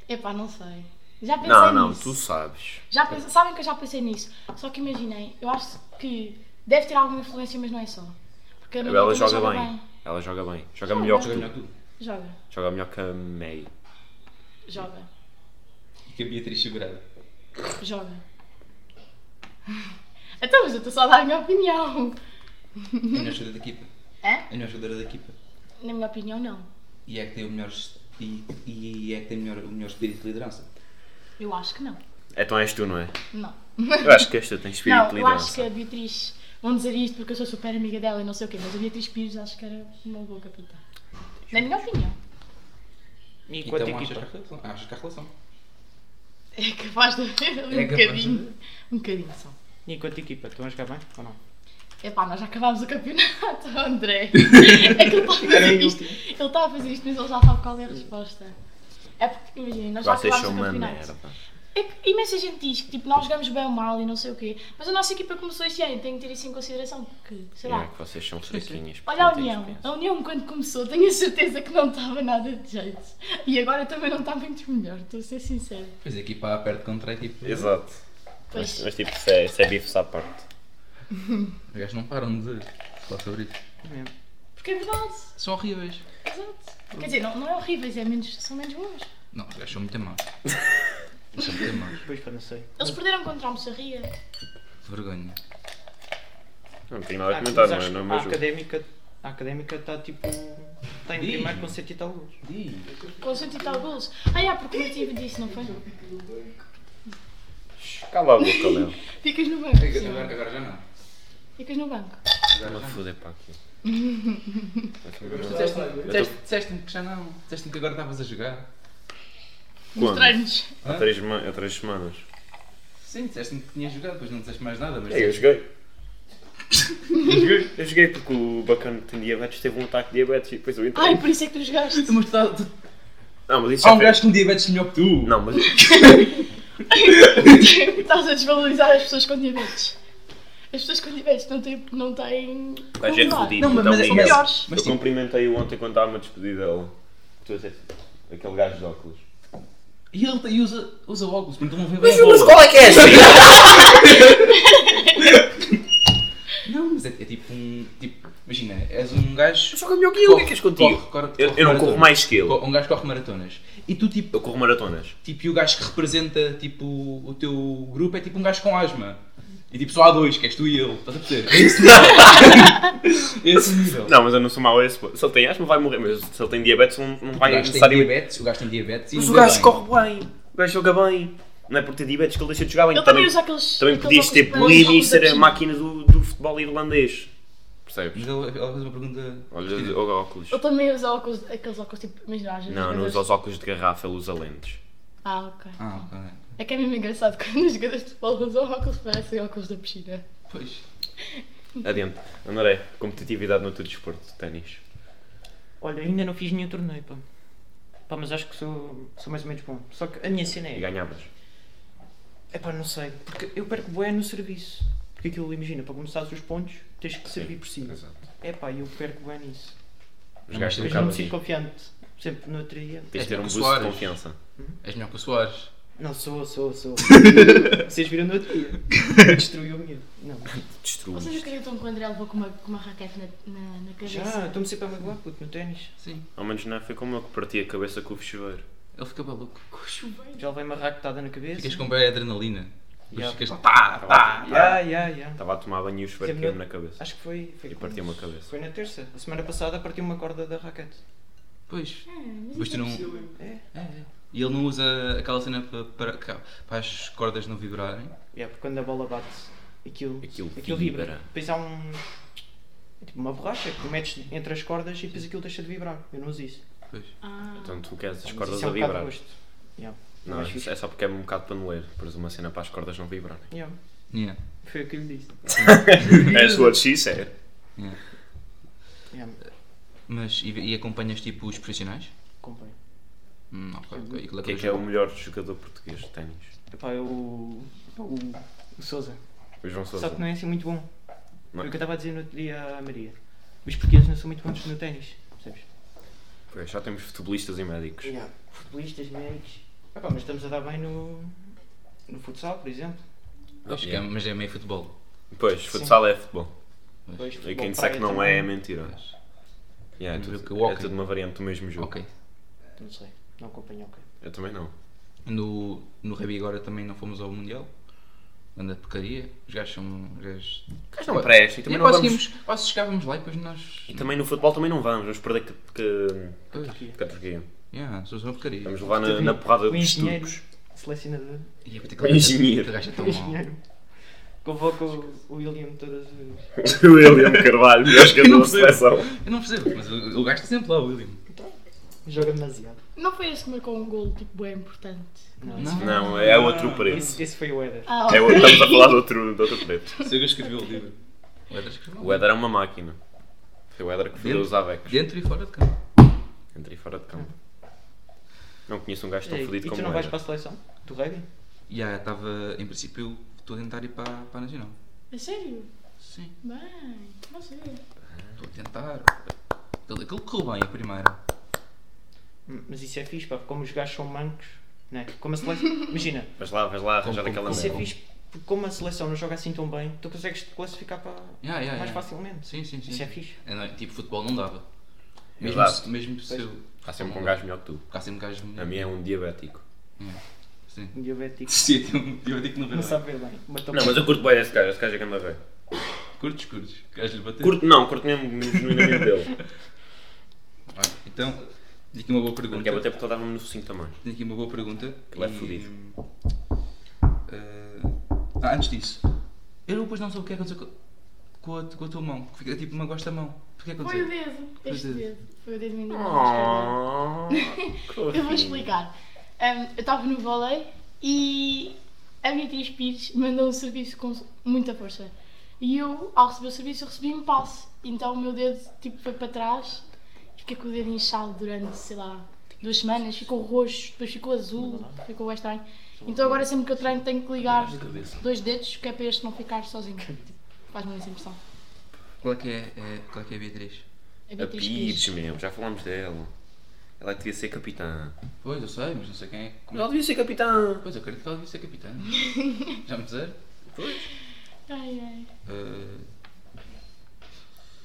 S3: Epá, não sei. Já pensei
S2: Não, não,
S3: nisso.
S2: tu sabes.
S3: Já pensei, sabem que eu já pensei nisso. Só que imaginem, eu acho que deve ter alguma influência, mas não é só. Porque a Maria
S2: Ela
S3: também
S2: joga bem. Ela joga bem. Joga melhor que
S1: Joga melhor
S2: tu.
S1: que tu.
S3: Joga,
S2: Joga melhor que a May.
S3: joga,
S1: E que a Beatriz segurada.
S3: joga. Então, mas eu estou só a dar a minha opinião.
S1: É a melhor jogadora da equipa.
S3: Hã?
S1: É a melhor jogadora da equipa.
S3: Na minha opinião, não.
S1: E é que tem o melhor... E, e é que tem o melhor, o melhor espírito de liderança.
S3: Eu acho que não.
S2: Então és tu, não é?
S3: Não.
S2: Eu acho que esta tem espírito de
S3: não, eu acho que
S2: liderança.
S3: a Beatriz, vão dizer isto porque eu sou super amiga dela e não sei o quê, mas a Beatriz Pires acho que era uma boa capitã. Na minha opinião.
S4: E
S1: Então
S4: enquanto
S1: achas que há
S4: equipa?
S1: relação? Achas que há relação?
S3: É capaz de haver ali um
S1: É capaz de
S3: bocadinho. Um bocadinho só.
S4: E enquanto equipa? Estão a jogar bem ou não?
S3: Epá, nós já acabámos o campeonato, oh, André. É que ele está a fazer
S4: Ficarei
S3: isto. Ele está a fazer isto, mas ele já sabe qual é a resposta. É porque, imaginem, nós já
S2: Vocês
S3: acabámos
S2: são
S3: o
S2: uma
S3: campeonato.
S2: merda.
S3: É que imensa gente diz que tipo, nós jogamos bem ou mal e não sei o quê, mas a nossa equipa começou este ano, tem que ter isso em consideração, porque, sei lá.
S2: É que vocês são fraquinhas. porque
S3: Olha a
S2: não têm
S3: União. Então,
S2: experiência.
S3: A União, quando começou, tenho a certeza que não estava nada de jeito. E agora também não está muito melhor, estou a ser sincera.
S1: Pois a equipa aperta contra a equipa.
S2: Exato. Mas,
S3: Pois.
S2: mas, tipo, isso é, isso é bifes à parte.
S1: Os gajos não param de falar sobre isso.
S4: Mesmo.
S3: Porque é verdade,
S1: São horríveis.
S3: exato. Quer dizer, não, não é horríveis, é menos, são menos bons.
S1: Não, os gajos são muito maus. Eles são muito maus.
S4: Depois, pá, não sei. Ah,
S3: Eles perderam contra a Moçarria.
S1: Vergonha.
S2: Não tenho nada a
S4: Há-
S2: comentar, não é?
S4: mas acho
S2: Não é
S4: que
S2: o meu
S4: a
S2: jogo.
S4: académica, a académica está tipo. Está em
S1: Diz-me.
S4: primeiro com 100 e tal gols.
S3: Com 100 e tal golos. Ah, é, porque o motivo disso, não foi?
S2: Cala a boca, Léo.
S3: Ficas no banco.
S1: Agora,
S3: senhor.
S1: já não.
S3: Ficas no banco.
S2: Estava a foder para aqui.
S1: Disseste- Disseste-me que já não. Disseste-me que agora estavas a jogar.
S3: Mostrar-nos.
S2: Há três, ma- há três semanas.
S1: Sim, disseste-me que tinhas jogado, depois não disseste mais nada, mas.
S2: É, eu joguei. Eu joguei. Eu joguei porque o bacana que tem diabetes teve um ataque de diabetes e depois eu entrei.
S3: Ai, por isso é que tu jogaste.
S1: Mas tu, tá- tu,
S2: Não, mas isso
S1: há
S2: já
S1: um
S2: foi...
S1: gajo com diabetes melhor que tu.
S2: Não, mas é
S3: Estás a desvalorizar as pessoas com diabetes. As pessoas com diabetes não têm. Não têm
S2: a gente
S3: qualidade.
S2: fodido.
S1: Não, mas,
S2: então
S1: mas,
S2: liga-se.
S1: mas,
S3: Piores.
S1: mas
S2: eu
S1: tipo,
S2: cumprimentei o ontem quando estava-me a despedir dele. Tu és esse- aquele gajo de óculos.
S1: e ele tem- usa, usa óculos, porque ele não vê bem a bola.
S2: é que é essa?
S1: Não, mas é, é tipo um. Tipo, imagina, és um gajo.
S2: Só melhor que ele, o que é que és
S1: Corre-
S2: contigo?
S1: corre- corre-
S2: Eu,
S1: corre
S2: eu não corro
S1: maratonas.
S2: mais que ele.
S1: Co- Um gajo corre maratonas. E tu, tipo,
S2: Eu corro maratonas.
S1: tipo, e o gajo que representa tipo, o teu grupo é tipo um gajo com asma. E tipo, só há dois, que és tu e ele. Estás a perceber? É esse nível. É esse nível.
S2: Não, mas eu não sou mau a esse. Se ele tem asma, vai morrer. Mas se ele tem diabetes, não, não
S1: O
S2: vai
S1: gajo tem
S2: necessariamente.
S1: diabetes, o gajo tem diabetes e
S2: Mas o
S1: não vê
S2: gajo
S1: bem.
S2: corre bem. O gajo joga bem. Não é por ter diabetes que ele deixa de jogar bem.
S3: Ele também usa aqueles.
S2: Também
S3: aqueles
S2: podias ter
S3: óculos brancos,
S2: bulimia e ser a
S3: óculos
S2: máquina do, do futebol irlandês.
S1: Mas
S2: Percebes?
S1: ele, ele fez uma pergunta.
S2: Olha, o óculos.
S3: Ele também usa óculos, aqueles óculos tipo, imagina, às vezes.
S2: Não, não
S3: jogadores-
S2: usa os óculos de garrafa, ele usa lentes.
S3: Ah, ok.
S1: Ah, ok.
S3: É que é mesmo engraçado quando os jogadores de futebol usam óculos, parecem óculos da piscina.
S1: Pois.
S3: Hum.
S2: Adiante. André, competitividade no teu desporto, ténis.
S4: Olha, ainda não fiz nenhum torneio, pá. Pá, mas acho que sou, sou mais ou menos bom. Só que a minha cena
S2: E
S4: é.
S2: ganhavas.
S4: É pá, não sei. Porque eu perco boé no serviço. Porque aquilo, imagina, para começares os pontos, tens que servir por cima.
S2: Exato. assim.
S4: É pá, eu perco bem nisso.
S2: Os
S1: Mas
S2: gajos um
S4: Mas não me
S2: trocavam.
S4: sinto
S2: Tens
S4: confiante. Sempre no outro dia.
S2: de ter
S1: É,
S2: um boost de
S1: Soares.
S2: confiança.
S1: És melhor que o Soares.
S4: Não, sou, sou, sou. Vocês viram no outro dia. Destruiu-me. Não.
S3: Vocês
S2: Destruímos.
S3: acreditam que o André levou com uma, com uma raquete na, na, na
S4: Já,
S3: cabeça?
S4: estou-me sempre a magoar, puto, no ténis.
S1: Sim.
S2: Ao menos não é, foi como eu que parti a cabeça com o fecheiro.
S1: Ele fica maluco.
S4: Já levei uma raquetada na cabeça.
S1: Ficas com bem adrenalina. Depois
S4: Yeah.
S1: ficas pá, pá.
S4: Ya, ya, ya.
S2: Estava a tomar banho e o chuveiro
S4: Sempre
S2: caiu-me na cabeça.
S4: Acho que foi. foi
S2: Tá. E
S4: quando?
S2: partiu uma cabeça.
S4: Foi na terça. A semana passada partiu uma corda da raquete.
S1: Pois.
S3: Ah, mas
S1: Depois tu não.
S4: É?
S1: É, é. E ele não usa aquela cena para, para, cá, para as cordas não vibrarem.
S4: É, porque quando a bola bate, aquilo,
S2: Aquilo
S4: vibra.
S2: vibra.
S4: Depois há um. é tipo uma borracha que tu metes entre as cordas e depois aquilo deixa de vibrar. Eu não uso isso.
S1: Pois.
S3: Ah,
S2: Então tu queres as
S4: Mas
S2: cordas
S4: isso é
S2: a
S4: um bocado
S2: vibrar.
S4: gosto. Yeah.
S2: Não,
S4: Mas
S2: isso
S4: fixe.
S2: é só porque é um bocado paneleiro. Pôs uma cena para as cordas não vibrarem.
S4: Yeah.
S1: Yeah.
S4: Foi o que eu lhe disse.
S2: That's what she said.
S4: Yeah.
S1: Mas e, e acompanhas tipo os profissionais?
S4: Comprei.
S1: Hum, Não, claro. E
S2: O que é que é o melhor jogador português de ténis?
S4: Epá, é o. é o. o Souza.
S2: O João
S4: Só
S2: Sousa.
S4: que não é assim muito bom.
S2: Não.
S4: Foi o que eu estava a dizer no outro dia à Maria. Os portugueses não são muito bons no ténis, percebes?
S2: Pois, já temos futebolistas e médicos.
S4: Futebolistas, médicos. Epá, mas estamos a dar bem no. no futsal, por exemplo.
S1: Acho que é, mas é meio futebol.
S2: Pois, futsal é futebol.
S4: Pois,
S2: E
S4: futebol
S2: quem disser que
S4: praia
S2: não é, é
S4: também.
S2: mentira. Yeah, é,
S1: Tudo que
S2: tudo,
S1: o
S2: é
S1: hockey.
S2: tudo uma variante do mesmo jogo.
S1: Ok.
S4: Não sei, não acompanho, ok.
S2: Eu também não.
S1: No, no rugby agora também não fomos ao Mundial. Anda porcaria. Os gajos são. Os gajos...
S2: Mas não prestem,
S1: E
S2: também não
S1: quase,
S2: vamos.
S1: íamos- quase chegávamos lá e depois nós.
S2: E também no futebol também não vamos, vamos perder que, que,
S1: Pois.
S2: que a Turquia.
S1: Yeah, são só porcaria.
S2: Vamos levar na, na porrada
S4: O
S2: dos
S4: um engenheiro,
S2: turcos.
S4: selecionador,
S1: E é porque
S2: O engenheiro.
S1: aquele gajo é tão
S4: o
S1: mau.
S4: engenheiro, convoca o o William todas as...
S2: o William Carvalho, melhor
S1: não
S2: jogador da
S1: percebo.
S2: seleção.
S1: Eu não percebo, mas o, o gajo está sempre lá, o William.
S4: Joga demasiado.
S3: não foi esse que marcou um gol tipo bem importante.
S1: Não.
S2: Não, é outro
S4: Esse,
S2: preto.
S4: esse foi o Eder.
S3: Ah,
S2: É, outro- estamos a falar de outro, de outro preto.
S1: Sei que escreveu o livro. O Edra escreveu.
S2: O Éder é uma máquina. Foi o Éder que fodeu
S1: Dentro-
S2: os Avecos.
S1: Dentro e fora de campo.
S2: Entrei fora de campo. Não conheço um gajo tão
S4: Ei,
S2: fodido
S4: e
S2: como
S4: tu
S2: o
S4: não vais
S2: Éder.
S4: para a seleção? Do rugby?
S1: E yeah, estava, em princípio, estou a tentar ir para, para a Nacional.
S3: A É sério?
S1: Sim.
S3: Bem, não sei.
S1: Estou a tentar. Aquilo aquilo correu bem a primeira.
S4: Hum, Mas isso é fixe, pá, como os gajos são mancos, né? Como a seleção. Imagina,
S2: Mas lá, vais lá arranjar
S1: Como-
S2: aquela
S1: como-
S4: isso é
S1: bom.
S2: merda.
S4: fixe porque como a seleção não joga assim tão bem, tu consegues te classificar para
S1: Yeah, yeah,
S4: mais
S1: yeah.
S4: facilmente.
S1: Sim, sim, sim.
S4: Isso é
S1: sim.
S4: fixe.
S1: É, não, tipo, futebol não dava. Mesmo
S2: Exato.
S1: se, mesmo se
S4: Pois.
S1: eu.
S2: É Há sempre um gajo melhor que tu.
S1: Há sempre gajo
S2: A minha é um diabético.
S1: Sim.
S4: Um diabético.
S1: Sim, eu digo que não vê nada.
S4: Não sabe ver bem. Mas
S2: Não, mas eu curto bem esse gajo, esse gajo é que anda bem.
S1: Curtes, curtes. Queres lhe bater?
S2: Curto não, curto mesmo genuinamente dele.
S1: Ah, então, tenho aqui uma boa pergunta.
S2: Porque é até porque ele dava-me no focinho também.
S1: Tenho aqui uma boa pergunta.
S2: Ele é
S1: e-
S2: fodido.
S1: Ah, antes disso, eu depois não soube o que é que aconteceu co- com a, com a tua mão. que Fica tipo uma gosta mão. O que é que
S3: Foi o
S1: aconteceu?
S3: dedo.
S1: Foi o
S3: Este
S1: dedo.
S3: dedo. Foi o
S2: Ah.
S3: dedo menino.
S2: Oh, que
S3: Eu vou
S2: fofinho.
S3: explicar. Um, eu estava no vôlei e a Beatriz Pires mandou um serviço com muita força. E eu, ao receber o serviço, eu recebi um passe. Então o meu dedo tipo, foi para trás e fiquei com o dedo inchado durante, sei lá, duas semanas. Ficou roxo, depois ficou azul, ficou bem estranho. Então agora sempre que eu treino tenho que ligar dois dedos, que é para este não ficar sozinho. Tipo, Faz-me essa impressão.
S1: Qual é que é, é, qual é, que é a Beatriz?
S3: A
S2: A
S3: Beatriz
S2: Pires
S3: Pires.
S2: mesmo, já falámos dela. Ela devia ser capitã.
S1: Pois, eu sei, mas não sei quem é. Como...
S2: Mas ela devia ser capitã.
S1: Pois, eu acredito que ela devia ser capitã. Já me dizer?
S3: Ai, ai.
S1: Ah,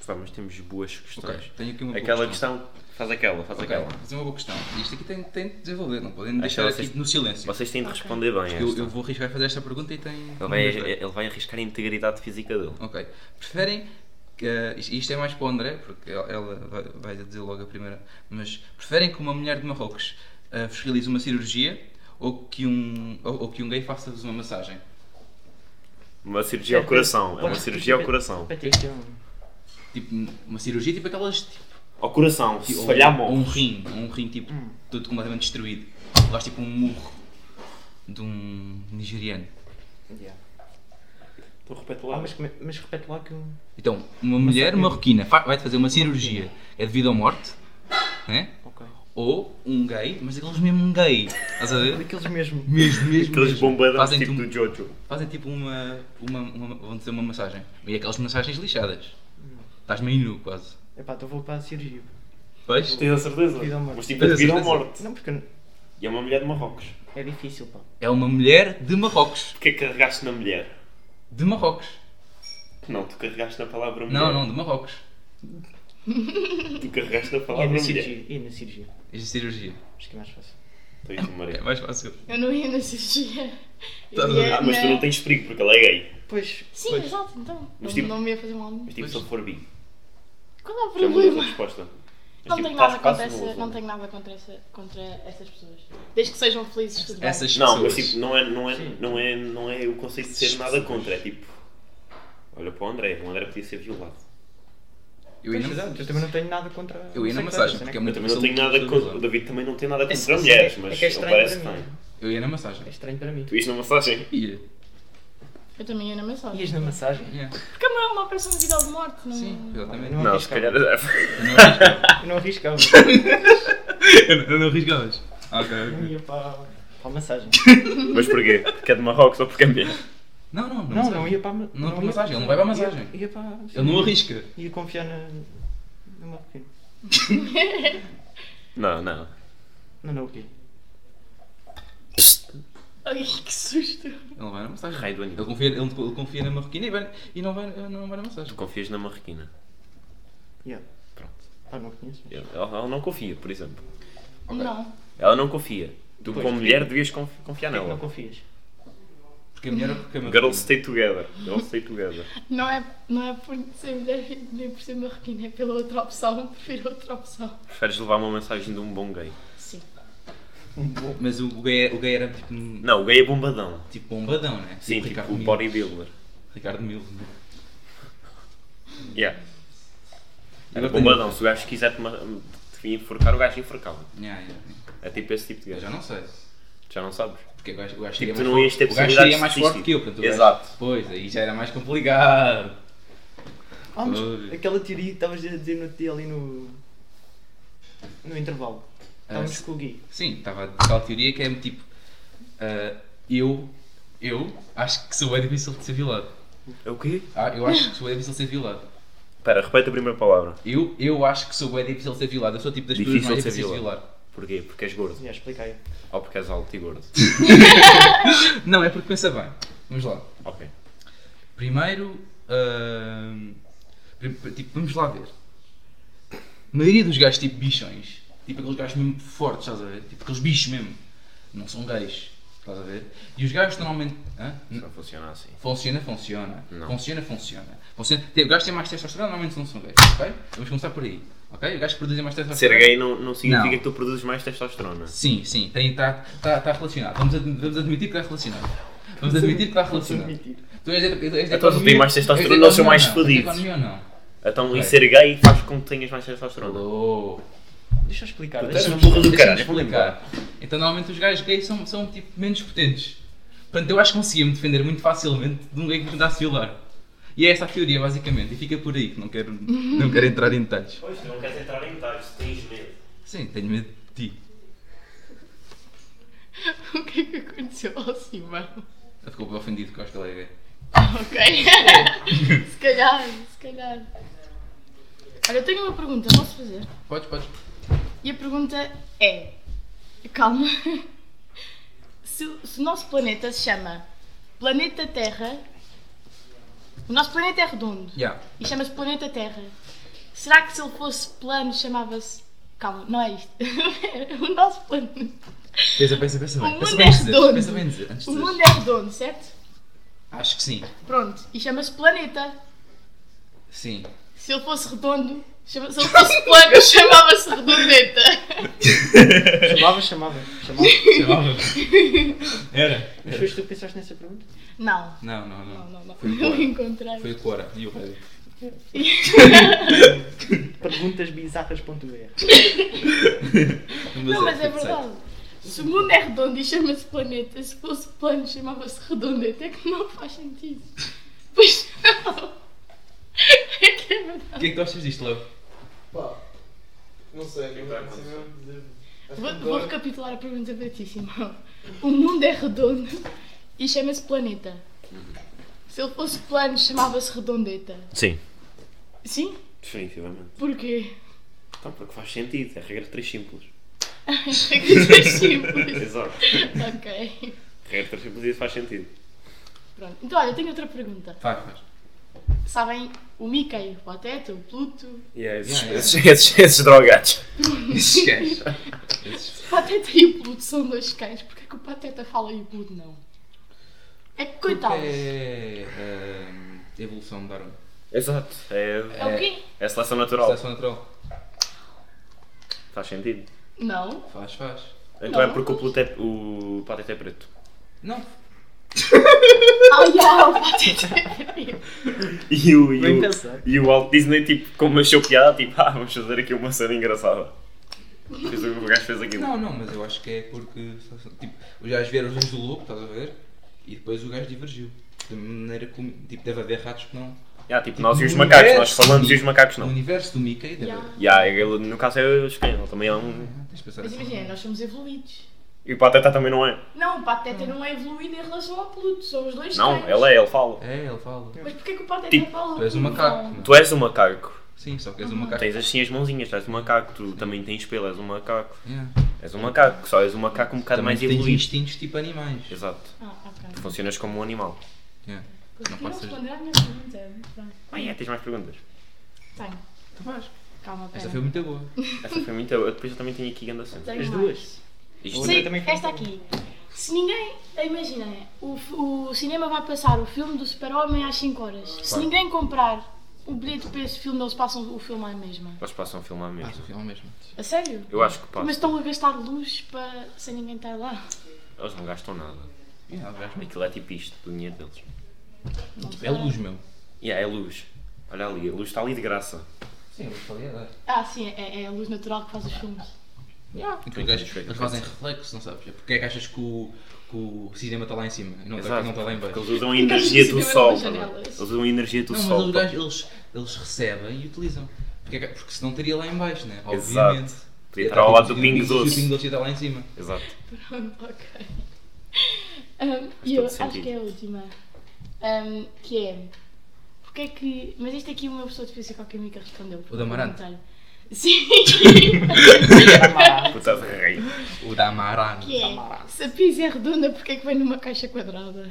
S2: Pá, mas temos boas questões.
S1: ok, tenho aqui uma boa
S2: Aquela
S1: questão.
S2: questão, faz aquela, faz
S1: Ok,
S2: aquela.
S1: vou fazer uma boa questão. Isto aqui tem, tem de desenvolver, não podem
S2: Acho que
S1: deixar aqui
S2: vocês-
S1: no silêncio.
S2: Vocês têm de
S3: Ok.
S2: responder bem
S1: Eu,
S2: esta.
S1: eu vou arriscar fazer esta pergunta e tem.
S2: Ele vai, ele vai arriscar a integridade física dele.
S1: Ok. Preferem. que- isto- isto é mais para o André, porque ela- ela vai, vai dizer logo a primeira. Mas preferem que uma mulher de Marrocos ah, vos realize uma cirurgia ou que um, ou, ou que um gay faça-vos uma massagem?
S2: Uma cirurgia ao coração. É uma cirurgia ao coração.
S1: Tipo, uma cirurgia tipo aquelas. Tipo,
S2: Ao coração, se
S1: ou-
S2: falhar
S1: ou um
S2: morre.
S1: rim, ou um rim tipo, todo completamente destruído. Gosto tipo um murro de um nigeriano.
S2: Tu repete
S4: Ah, mas, come- mas repete lá que eu.
S1: Então, uma
S2: é-
S1: mulher marroquina fa- vai-te fazer uma cirurgia, é de vida ou morte, né?
S4: Ok.
S1: ou um gay, mas aqueles mesmo gay. Estás a ver?
S4: Aqueles É mesmo.
S1: Mesmo, mesmo.
S2: Aqueles
S1: mesmo.
S2: bombadões
S1: fazem
S2: tipo
S1: tipo,
S2: do Jojo.
S1: fazem tipo uma, uma, uma- Vão dizer uma massagem. E aquelas massagens lixadas. Estás meio nu quase.
S4: Epá, então vou para a cirurgia.
S1: Pois?
S2: Tens a certeza?
S4: Vida ou morte.
S2: Mas tipo, é de
S1: Tens a
S2: vida ou
S1: certeza?
S2: morte.
S4: Não, porque eu-
S2: E é uma mulher de Marrocos.
S4: é difícil, pá.
S1: É uma mulher de Marrocos.
S2: Porquê que carregaste na mulher?
S1: De Marrocos.
S2: Não, tu carregaste na palavra mulher.
S1: Não, não, de Marrocos.
S2: Tu carregaste na
S4: E é
S2: palavra
S4: na
S2: mulher.
S4: cirurgia. E é na cirurgia.
S1: Isto é cirurgia.
S4: Acho que é mais fácil.
S2: Então, isso, Maria.
S1: É mais fácil.
S3: Eu não ia na cirurgia. Eu
S1: Estás a
S3: ia
S1: ver?
S2: Ah, mas tu
S3: na-
S2: não tens perigo porque ela é gay.
S4: Pois,
S3: Sim,
S1: Pois.
S3: exato, então.
S2: Mas
S3: Não,
S2: tipo-
S3: não me ia fazer mal. nenhum.
S2: Mas tipo,
S1: Pois.
S2: se ele for bi,
S3: Qual é o
S2: já mudou a tua
S3: problema?
S2: resposta. Mas, tipo,
S3: Não tenho
S2: estás
S3: nada
S2: quase né?
S3: contra, essa,
S2: nulo.
S3: não tenho nada contra, essa, contra essas pessoas. Desde que sejam felizes, tudo bem.
S1: Essas
S2: Não, mas
S1: pessoas.
S2: tipo, não é, não, é,
S4: Sim.
S2: não, é, não é o conceito de ser
S1: Essas
S2: nada
S1: pessoas.
S2: contra, é tipo. Olha para o André, o André podia ser violado.
S1: eu ia na
S4: Pois, exato, eu
S1: massagem.
S4: também não tenho nada contra.
S1: Eu ia na
S4: homossexuais,
S1: massagem,
S4: né?
S1: porque é
S2: Eu
S1: muito
S2: também não
S1: difícil
S2: tenho nada
S1: de
S2: contra. O
S1: visualizar.
S2: David também não tem nada
S4: É-
S2: contra
S4: é-
S2: mulheres,
S4: é
S2: mas
S4: que é
S2: ele
S4: estranho
S2: parece que
S4: para mim.
S2: tem.
S1: Eu ia na massagem.
S4: É estranho para mim.
S2: Tu ias na massagem?
S1: Ia.
S3: Eu também ia na massagem.
S4: Ias na massagem?
S1: Yeah.
S3: Porque não é uma operação de vida ou de morte, não.
S1: Sim,
S3: não.
S1: exatamente.
S4: Não. é
S1: Não.
S2: Não, se calhar.
S1: Eu não arriscava.
S4: Eu não arriscava.
S1: Eu não arriscavas. Ok,
S4: Eu
S1: ok.
S4: ia para, para a massagem.
S2: Mas porquê? Porque é de Marrocos ou porque é mulher?
S1: Não, não, não.
S4: Não,
S1: massagem.
S4: não ia para a ma-
S1: Não para
S4: ia
S1: massagem, ele não vai para a massagem.
S4: Ia, ia para a
S1: Ele não arrisca.
S4: Ia confiar na. na Marroquina.
S2: Não, não.
S4: Não, não, o quê?
S3: Ai, que susto.
S1: Ele vai na massagem.
S2: Raio do
S1: Ele
S2: animal.
S1: confia, ele, ele confia na marroquina e, vai- e não, vai, não vai na massagem.
S2: Tu confias na marroquina.
S4: Yeah.
S2: Pronto.
S4: Ah, não conheço. mas-
S2: Ela, ela não confia, por exemplo.
S3: Não.
S2: Ela não confia. Tu,
S4: Pois,
S2: como
S4: porque-
S2: mulher, devias conf- confiar
S4: Porquê é que não
S2: nela.
S4: confias?
S1: Porque a mulher é porque a
S2: Girls stay together. Girls stay together.
S3: Não é, não é por ser mulher nem por ser marroquina, é pela outra opção. Prefiro outra opção.
S2: Preferes levar uma mensagem de um bom gay?
S3: Sim.
S1: Mas o o gay, é- o gay era tipo, um-
S2: Não, o gay é bombadão.
S1: tipo bombadão, né?
S2: Sim,
S1: Ricardo
S2: tipo o
S1: Mil-
S2: bodybuilder.
S1: Ricardo Mil. né?
S2: Yeah. Era
S1: Agora tenho-
S2: bombadão. Se o gajo quiser te, ma- te vir enforcar, o gajo enforcava.
S1: Yeah, yeah, yeah.
S2: É tipo esse tipo de
S1: Eu já
S2: gajo.
S1: não sei.
S2: Já não sabes?
S1: Porque o gajo, o gajo seria
S2: Tipo, tu
S1: é mais
S2: não
S1: forte-
S2: ias ter
S1: O gajo seria
S2: possibilidade
S1: mais
S2: de
S1: forte
S2: desistir.
S1: que eu. portanto, o gajo-
S2: Exato.
S1: Pois, aí já era mais complicado.
S4: Ah, mas
S1: Oi.
S4: aquela teoria que estavas a dizer no outro dia ali no. no intervalo.
S1: Ah,
S4: Estávamos
S1: sim.
S4: com o Gui.
S1: Sim, estava a tal teoria que é tipo. é ah, eu, eu acho que sou é difícil de ser violado.
S2: É o quê?
S1: Ah, eu acho que sou é difícil de ser violado.
S2: Espera, repete a primeira palavra.
S1: Eu, eu acho que sou é difícil de ser violado. Eu sou o tipo das pessoas
S2: Difícil
S1: mais
S2: de ser
S1: difíceis de
S2: violado.
S1: violar.
S2: Porquê? Porque és gordo.
S4: Já expliquei.
S2: Ou porque és alto e gordo.
S1: Não, é porque pensa bem. Vamos lá.
S2: Ok.
S1: Primeiro, ahm, prim- prim- tipo, vamos lá ver. A maioria dos gajos tipo bichões, tipo aqueles gajos mesmo fortes, estás a ver? Tipo aqueles bichos mesmo, não são gays, estás a ver? E os gajos normalmente. hã?
S2: Isso não funciona assim.
S1: Funciona, funciona.
S2: Não.
S1: Funciona, funciona. funciona. Tem, gajos que têm mais testosterona, normalmente não são gays, ok? Vamos começar por aí, ok? Os gajos que produzem mais
S2: Ser
S1: testosterona.
S2: gay não, não significa
S1: Não.
S2: que tu produzes mais testosterona.
S1: Sim, sim, está tá, tá relacionado. Vamos, ad- vamos admitir que está relacionado. Vamos admitir que está relacionado.
S4: Admitir.
S1: Tu és, da- és, da
S2: Então, se
S1: economia-
S2: tem mais
S1: és da
S2: testosterona, eles são
S1: economia ou
S2: mais
S1: não? És da
S2: fodidos.
S1: economia ou não?
S2: Então,
S1: Ok.
S2: e ser gay faz com que tenhas mais testosterona.
S1: Alô?
S4: Deixa eu explicar.
S2: Tu
S4: Deixa
S2: és um burro do
S1: Deixa-me
S2: caralho. vou lembrar.
S1: explicar. Então, normalmente os gajos gays são, são tipo menos potentes. Portanto, eu acho que conseguia-me defender muito facilmente de um gay que me tentasse violar. E é essa a teoria, basicamente. E fica por aí, que não quero, não quero entrar em detalhes.
S2: Pois, tu não queres entrar em detalhes, tens medo.
S1: Sim, tenho medo de ti.
S3: O que é que aconteceu ao Simão?
S1: Ele ficou bem ofendido que eu acho que ele é gay.
S3: Ok. se calhar, se calhar. Olha, eu tenho uma pergunta, posso fazer?
S1: Podes, podes.
S3: E a pergunta é. Calma. Se, se o nosso planeta se chama Planeta Terra. O nosso planeta é redondo
S1: Já.
S3: e chama-se Planeta Terra. Será que se ele fosse plano chamava-se. Calma, não é isto. o nosso planeta.
S1: Pensa, pensa, pensa
S3: O
S1: bem. Pensa
S3: mundo
S1: bem
S3: é
S1: antes de dizer.
S3: redondo.
S1: Pensa bem antes de dizer. antes de
S3: O
S1: dizer.
S3: mundo é redondo, certo?
S1: Acho que sim.
S3: Pronto. E chama-se Planeta.
S1: Sim.
S3: Se ele fosse redondo. chama- Se ele fosse plano, chamava-se Redondeta.
S4: Chamava, chamava, chamava.
S1: Chamava. Era.
S4: Mas foste tu que pensaste nessa pergunta?
S3: Não.
S1: Não, não, não.
S3: Não, não, um não.
S1: Foi o
S3: Eu
S1: Cora.
S3: encontrei.
S1: Foi o Cora e o Reddit.
S4: Perguntasbizarras.br
S1: Um,
S3: Não, mas é verdade. Se o mundo é redondo e chama-se planeta, se fosse plano chamava-se redondeta, é que não faz sentido. Pois não. É que é verdade.
S1: O que é que tu achas disto, Love?
S5: Pá, não sei,
S2: é vai
S5: não sei
S2: acontecer?
S5: mesmo dizer. Acho
S3: Vou,
S5: que
S3: vou
S5: agora-
S3: recapitular a pergunta para ti, Simão. O mundo é redondo e chama-se planeta. Se ele fosse plano, chamava-se redondeta.
S2: Sim.
S3: Sim?
S2: Definitivamente.
S3: Porquê?
S2: Então, porque faz sentido. É regra 3 simples.
S3: É que isso é simples.
S2: Exato.
S3: ok.
S2: Regra 3 simples e isso faz sentido.
S3: Pronto. Então, olha, tenho outra pergunta.
S1: Faz, faz.
S3: Sabem o Mickey, o Pateta, o Pluto,
S2: E é esses,
S1: Yeah, yeah.
S2: esses, esses, esses drogados.
S1: Esses gajos. Esses
S3: Pateta e o Pluto são dois cães, porque é que o Pateta fala e o Pluto não? É que coitado.
S1: Porque é ehm, evolução de Darwin.
S2: Exato. É,
S3: É o quê?
S2: é seleção natural.
S1: Seleção natural.
S2: Faz sentido.
S3: Não.
S1: Faz, faz.
S2: Então
S3: Não.
S2: é porque o, Pluto é, o Pateta é preto.
S1: Não.
S3: Ai, ai, o Pateta é preto.
S2: E o, e,
S4: Bem
S2: o,
S4: pensado.
S2: e o Walt Disney, tipo, como achou piada, tipo, ah, vamos fazer aqui uma cena engraçada. Fez o o gajo fez aquilo.
S1: Não, não, mas eu acho que é porque. Tipo, os gajos vieram os dois do lobo, estás a ver? E depois o gajo divergiu. De maneira como. Tipo, deve haver ratos que não.
S2: Yeah, tipo, nós e os
S1: No
S2: macacos, nós
S1: universo
S2: falamos
S1: do
S2: e os
S1: Mi-
S2: macacos
S1: No
S2: não.
S1: universo do Mickey, deve
S3: Ya.
S1: haver.
S2: Yeah, ele, no caso é os cães, ele também é um.
S1: Ah, Tens de pensar
S3: Mas
S1: assim.
S3: imagina, nós somos evoluídos.
S2: E o Pateta também não é.
S3: Não, o Pateta não é evoluído em relação ao Pluto, são os dois
S2: Não,
S3: cães.
S2: ele é, ele fala.
S1: É, ele fala.
S3: Mas porquê que o Pateta
S2: Tipo,
S3: fala?
S1: Tu és um
S3: Não.
S1: macaco. não?
S2: Tu és um macaco.
S1: Sim, só que és um macaco.
S2: Tens assim as mãozinhas, tu és um macaco, tu também tens pelo, és um macaco.
S1: Yeah.
S2: És um macaco, só és um macaco um bocado
S1: Também
S2: mais
S1: tens
S2: evoluído.
S1: instintos tipo animais.
S2: Exato.
S3: Ah, ok.
S2: Funcionas como um animal.
S1: Yeah. Não
S3: Conseguiram
S1: pode ser.
S3: responder à minha pergunta? Muito bem.
S2: Ah, é, tens mais perguntas?
S3: Tenho.
S1: Tu vais.
S3: Então Calma, pera.
S1: Esta foi muito boa.
S2: Essa foi muito. Eu depois eu também tenho aqui grande acento.
S3: Tenho
S4: As
S3: mais.
S4: duas.
S2: Isto
S4: Outra
S3: Sim,
S4: também foi
S3: esta
S4: muito
S3: aqui. Se ninguém. Imaginem, o, f- o cinema vai passar o filme do Super-Homem às 5 horas. Se
S1: Claro.
S3: ninguém comprar o bilhete para esse filme, eles passam o filme à mesma.
S2: Eles passam a filmar
S1: Ah,
S2: mesmo.
S1: Sofia, ao mesmo.
S3: A sério?
S2: Eu acho que
S3: Mas
S2: passam.
S3: estão a gastar luz para sem ninguém estar lá.
S2: Eles não gastam nada.
S1: Yeah, o gajo muito-
S2: Aquilo é tipo isto, do dinheiro deles.
S3: Não
S1: É
S3: sei.
S1: luz, meu.
S2: E yeah, é luz. Olha ali, a luz está ali de graça.
S1: Sim, eu falei a dar.
S3: Ah, sim, é, é a luz natural que faz os filmes.
S1: Aqueles gajos, eles fazem reflexo, não sabes? É Porque é que achas que o, que o cinema está lá em cima e não está não está lá em
S2: Porque
S1: baixo?
S2: eles usam a energia do
S3: Cinema
S2: sol.
S3: pelas
S2: tá bem?
S3: janelas.
S2: Eles usam a energia do
S1: Não, mas
S2: sol.
S1: os
S2: tá?
S1: gajos, eles, eles recebem e utilizam. Porque, é que- porque senão estaria lá em baixo, né?
S2: Exato.
S1: Obviamente. tá
S2: Podia estar ao lado do
S1: E
S2: Pingo
S1: o- E o
S2: Doce.
S1: Pingo Doce está lá em cima.
S2: Exato.
S3: Pronto, ok.
S2: Faz
S3: Ahm, e
S2: todo
S3: eu acho
S2: sentido.
S3: que é a última. Ahm, que é. Porque é que. Mas isto aqui uma pessoa de psicoquímica respondeu. porque
S1: O da Amarante?
S3: perguntaram. Sim!
S4: Amar.
S2: Puta de rei.
S1: O da Amarante.
S3: que é.
S4: Amarante.
S3: Se a pizza é redonda, porque é que vem numa caixa quadrada?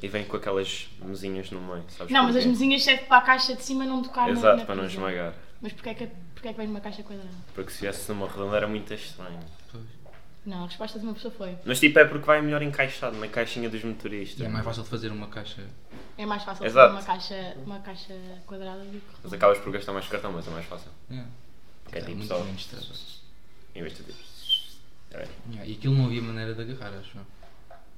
S2: E vem com aquelas mesinhas no meio, sabes?
S3: Não, mas
S2: porquê?
S3: as mesinhas servem para a caixa de cima não tocar na- na
S2: Exato, para não
S3: pizza.
S2: esmagar.
S3: Mas porque é, que, porque é que vem numa caixa quadrada?
S2: Porque se viesse numa redonda era muito estranho.
S3: Não, a resposta de uma pessoa foi.
S2: Mas tipo, é porque vai melhor encaixado na caixinha dos motoristas.
S1: E é mais fácil de fazer uma caixa.
S3: É mais fácil fazer
S2: Exato.
S3: uma caixa, uma caixa quadrada do que
S2: Mas
S3: redonda.
S2: acabas por gastar mais cartão, mas é mais fácil.
S1: Yeah. Tá
S2: Porque é tipo
S1: muito
S2: só.
S1: menos trabalho.
S2: Em vez de tipo. é bem.
S1: Yeah, E aquilo não havia maneira de agarrar, acho. eu.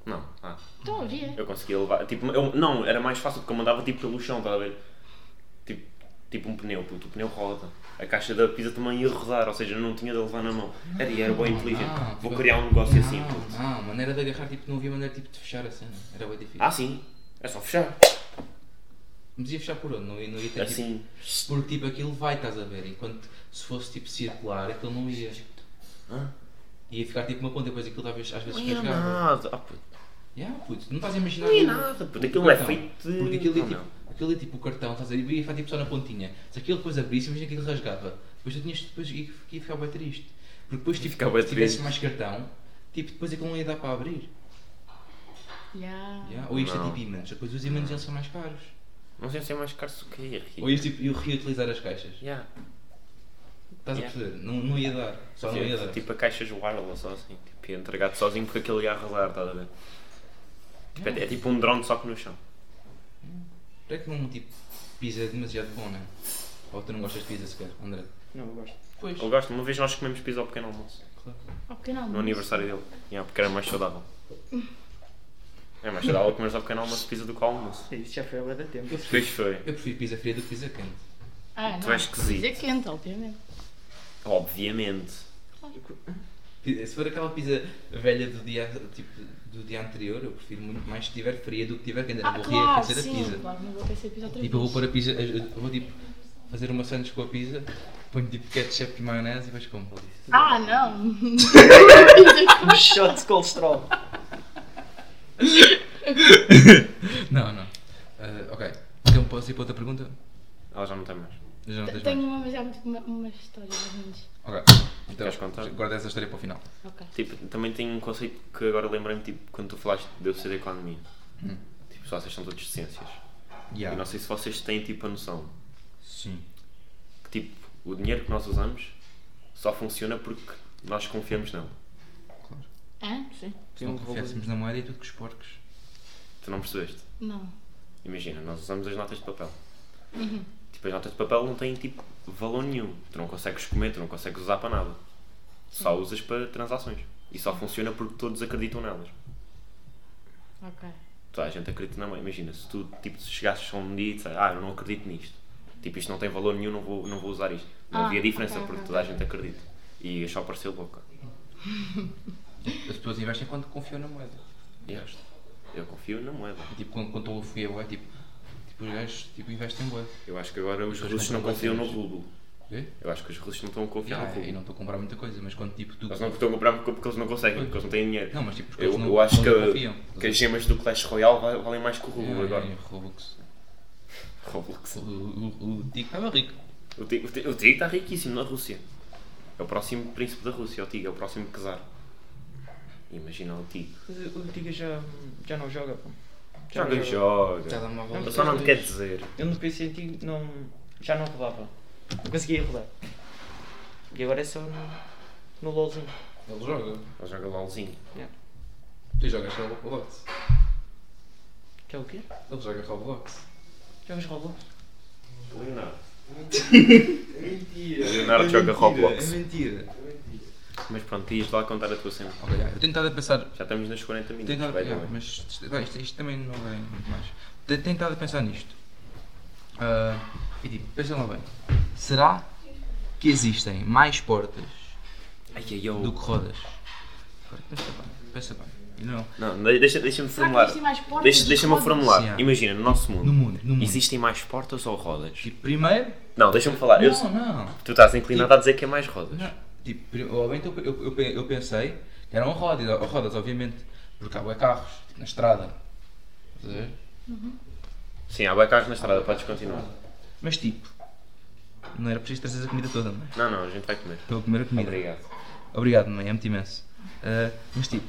S2: Não, ah,
S3: Então havia.
S2: eu conseguia levar. Tipo, eu, não, era mais fácil porque eu mandava tipo pelo chão, estás a ver? Tipo, tipo um pneu, puto, o pneu roda. A caixa da pizza também ia rodar, ou seja, eu não tinha de levar na mão. Era, e era bem inteligente.
S1: não,
S2: Vou
S1: foi-
S2: criar um negócio assim, puto.
S1: Não, não, Ah, maneira de agarrar, tipo, não havia maneira tipo, de fechar a cena. Era bem difícil.
S2: Ah, sim, é só fechar.
S1: tipo Mas ia fechar por onde? Não ia, não ia ter tipo,
S2: Assim.
S1: Porque tipo aquilo vai, estás a ver? Enquanto se fosse tipo circular, aquilo não ia.
S2: Hã?
S1: Ia ficar tipo uma ponta, depois aquilo talvez às vezes
S2: Ah. Não ia
S1: rasgava.
S2: nada. Ah, puto.
S1: Yeah, puto, não estás a imaginar.
S2: Não ia
S1: o-
S2: nada, puto,
S1: o
S2: aquilo é
S1: cartão.
S2: feito de-
S1: Porque aquilo é
S2: Ah,
S1: tipo, aquilo é tipo o cartão, estás a ver? Ia ficar tipo só na pontinha. Se aquilo depois abrisse, imagina que aquilo rasgava. Depois tu tinhas depois ia, ia ficar bem triste. Porque depois tipo,
S2: ficar bué
S1: se tivesse
S2: triste.
S1: mais cartão, tipo depois aquilo não ia dar para abrir.
S3: Yeah.
S1: yeah? Ou isto é
S2: Não.
S1: tipo imãs, depois os imãs iam ser mais caros.
S2: Não sei se é mais caro se eu queria rir.
S1: Ou ias tipo, eu reutilizar as caixas.
S2: Yeah.
S1: Estás a
S2: Yeah.
S1: perceber? Não, não ia dar. Só não ia dar.
S2: Tipo a caixas wireless, ou assim, tipo, ia entregar-te sozinho porque aquele ia arrasar, estás a ver? Tipo, é, é tipo um drone só que no chão.
S1: Para que não tipo, pizza é demasiado bom, não é? Ou tu não gostas de pizza sequer, André?
S4: Não, eu gosto.
S1: Pois.
S2: Eu gosto, uma vez nós comemos pizza ao pequeno almoço,
S3: Ao pequeno
S2: no
S3: almoço.
S2: aniversário dele, yeah, porque era mais saudável. É mais saudável comer ao pequeno almoço pizza do que ao almoço.
S4: É Isso já foi há bué de tempo.
S2: Pois foi,
S1: Eu prefiro pizza fria do que pizza quente.
S3: Ah, não.
S2: Tu és esquisito.
S3: Dizer quente, obviamente.
S2: obviamente.
S1: Pi- Se for aquela pizza velha do dia, tipo, do dia anterior, eu prefiro muito mais se tiver fria do que tiver quente. Eu
S3: Ah,
S1: vou
S3: claro,
S1: reaquecer
S3: sim.
S1: a pizza.
S3: Claro, não vou ter essa pizza outra
S1: Tipo, eu vou
S3: vez.
S1: pôr a pizza, eu vou tipo, fazer uma sandes com a pizza, ponho tipo ketchup e maionese e depois como.
S3: Ah, não.
S4: Um shot de colesterol.
S1: Não, não. Ah, ok. Então posso ir para outra pergunta?
S2: Ela já não tem mais.
S1: Já não tens
S3: Tenho
S4: um.
S1: mais.
S3: uma, mas é tipo uma, uma história, mais ou menos.
S1: Ok.
S2: Queres contar?
S1: Então, guarda essa história para o final.
S3: Ok.
S2: Tipo, também tem um conceito que agora lembrei-me, tipo, quando tu falaste de eu ser da economia.
S1: Hum.
S2: Tipo, só vocês são todos de ciências. Eu
S1: Yeah.
S2: não sei se vocês têm, tipo, a noção.
S1: Sim.
S2: que tipo, o dinheiro que nós usamos só funciona porque nós confiamos nele.
S3: Hã? Sim.
S1: Se
S4: Tem
S1: não
S4: um valor.
S1: confiássemos na moeda é tudo que os porcos.
S2: Tu não percebeste?
S3: Não.
S2: Imagina, nós usamos as notas de papel. Tipo, as notas de papel não têm tipo valor nenhum. Tu não consegues comer, tu não consegues usar para nada. Só usas para transações. E só funciona porque todos acreditam nelas.
S3: Ok.
S2: Toda a gente acredita na mãe. Imagina, se tu tipo, se chegasses a um dia e disseres, ah, eu não acredito nisto. Tipo, isto não tem valor nenhum, não vou, não vou usar isto. Não
S3: Ah,
S2: havia diferença
S3: ok,
S2: porque
S3: ok,
S2: toda a gente acredita. E só pareceu louca.
S1: As pessoas investem quando confiam na moeda.
S2: E eu- eu confio na moeda.
S1: E, Tipo, quando, quando estou a fui a bué, tipo, tipo, os gajos tipo, investem bué.
S2: Eu acho que agora os
S1: Depois
S2: russos não
S1: compram
S2: confiam no
S1: vacinas.
S2: rublo.
S1: Quê?
S2: Eu acho que os russos não estão a confiar
S1: Yeah,
S2: no rublo.
S1: é, e Ah, não estou a comprar muita coisa, mas quando tipo tu.
S2: Eles não estão a comprar porque eles não conseguem, porque eles não têm dinheiro.
S1: Não, mas tipo, os
S2: eu,
S1: gajos não-
S2: eu acho
S1: não
S2: que,
S1: confiam. É,
S2: que as gemas do Clash Royale va- valem mais que o rublo
S1: Yeah,
S2: agora.
S1: yeah, Robux.
S2: Roblox.
S1: O, o, o Tico estava rico.
S2: O Tig o Tig- o Tig está riquíssimo na Rússia. É o próximo príncipe da Rússia, o Tig, é o próximo czar. Imagina o Tig.
S4: Mas O Tiga já, já não joga, pô.
S2: Já
S4: não
S2: não joga.
S1: Telemóvel.
S2: Só não te quer dizer.
S4: Eu no PC antigo não, já não rodava. Não conseguia rodar. E agora é só no, no LOLzinho.
S1: Ele joga.
S2: Ele joga LOLzinho.
S1: Tu jogas Roblox.
S4: Que é o quê?
S1: Ele joga Roblox.
S4: Jogas Roblox?
S2: Leonardo.
S5: Mentira.
S2: Leonardo joga
S1: É
S2: Roblox.
S1: mentira.
S2: Mas pronto, ias lá contar a tua cena.
S1: Ok, yeah, eu tenho estado a pensar
S2: Já estamos nos 40 minutos.
S1: Tentado,
S2: vai, é?
S1: yeah,
S2: também.
S1: mas isto, vai, isto- isto também não é muito mais. Te- Tentado a pensar nisto. Ah, e tipo, pensem lá bem. Será que existem mais portas
S2: Ai, ai, eu-
S1: do que rodas? Agora, Pensa bem, pensa bem. E Não,
S2: Não, de- deixa- deixa-me
S3: Será que
S2: formular.
S3: existem assim mais portas?
S2: Deixa-
S3: do que
S2: Deixa-me
S3: rodas?
S2: formular.
S1: Sim, há.
S2: Imagina, no nosso mundo,
S1: no mundo, no mundo.
S2: existem mais portas ou rodas?
S1: Tipo, primeiro.
S2: Não, deixa-me falar. Eu-
S1: não, Tipo- não.
S2: tu estás inclinado a dizer que é mais rodas.
S1: então, não. Tipo, pri- obviamente eu, eu, eu, pe- eu pensei que eram rodas, rodas, obviamente. Porque há bué carros, tipo, na estrada. Estás a ver?
S2: Sim, há bué carros na estrada, podes continuar.
S1: Mas tipo, não era preciso trazer a comida toda, mãe.
S2: Não, não, a gente vai comer.
S1: Pela primeira comida.
S2: Obrigado.
S1: Obrigado, mãe, amo-te imenso. Ah, mas tipo,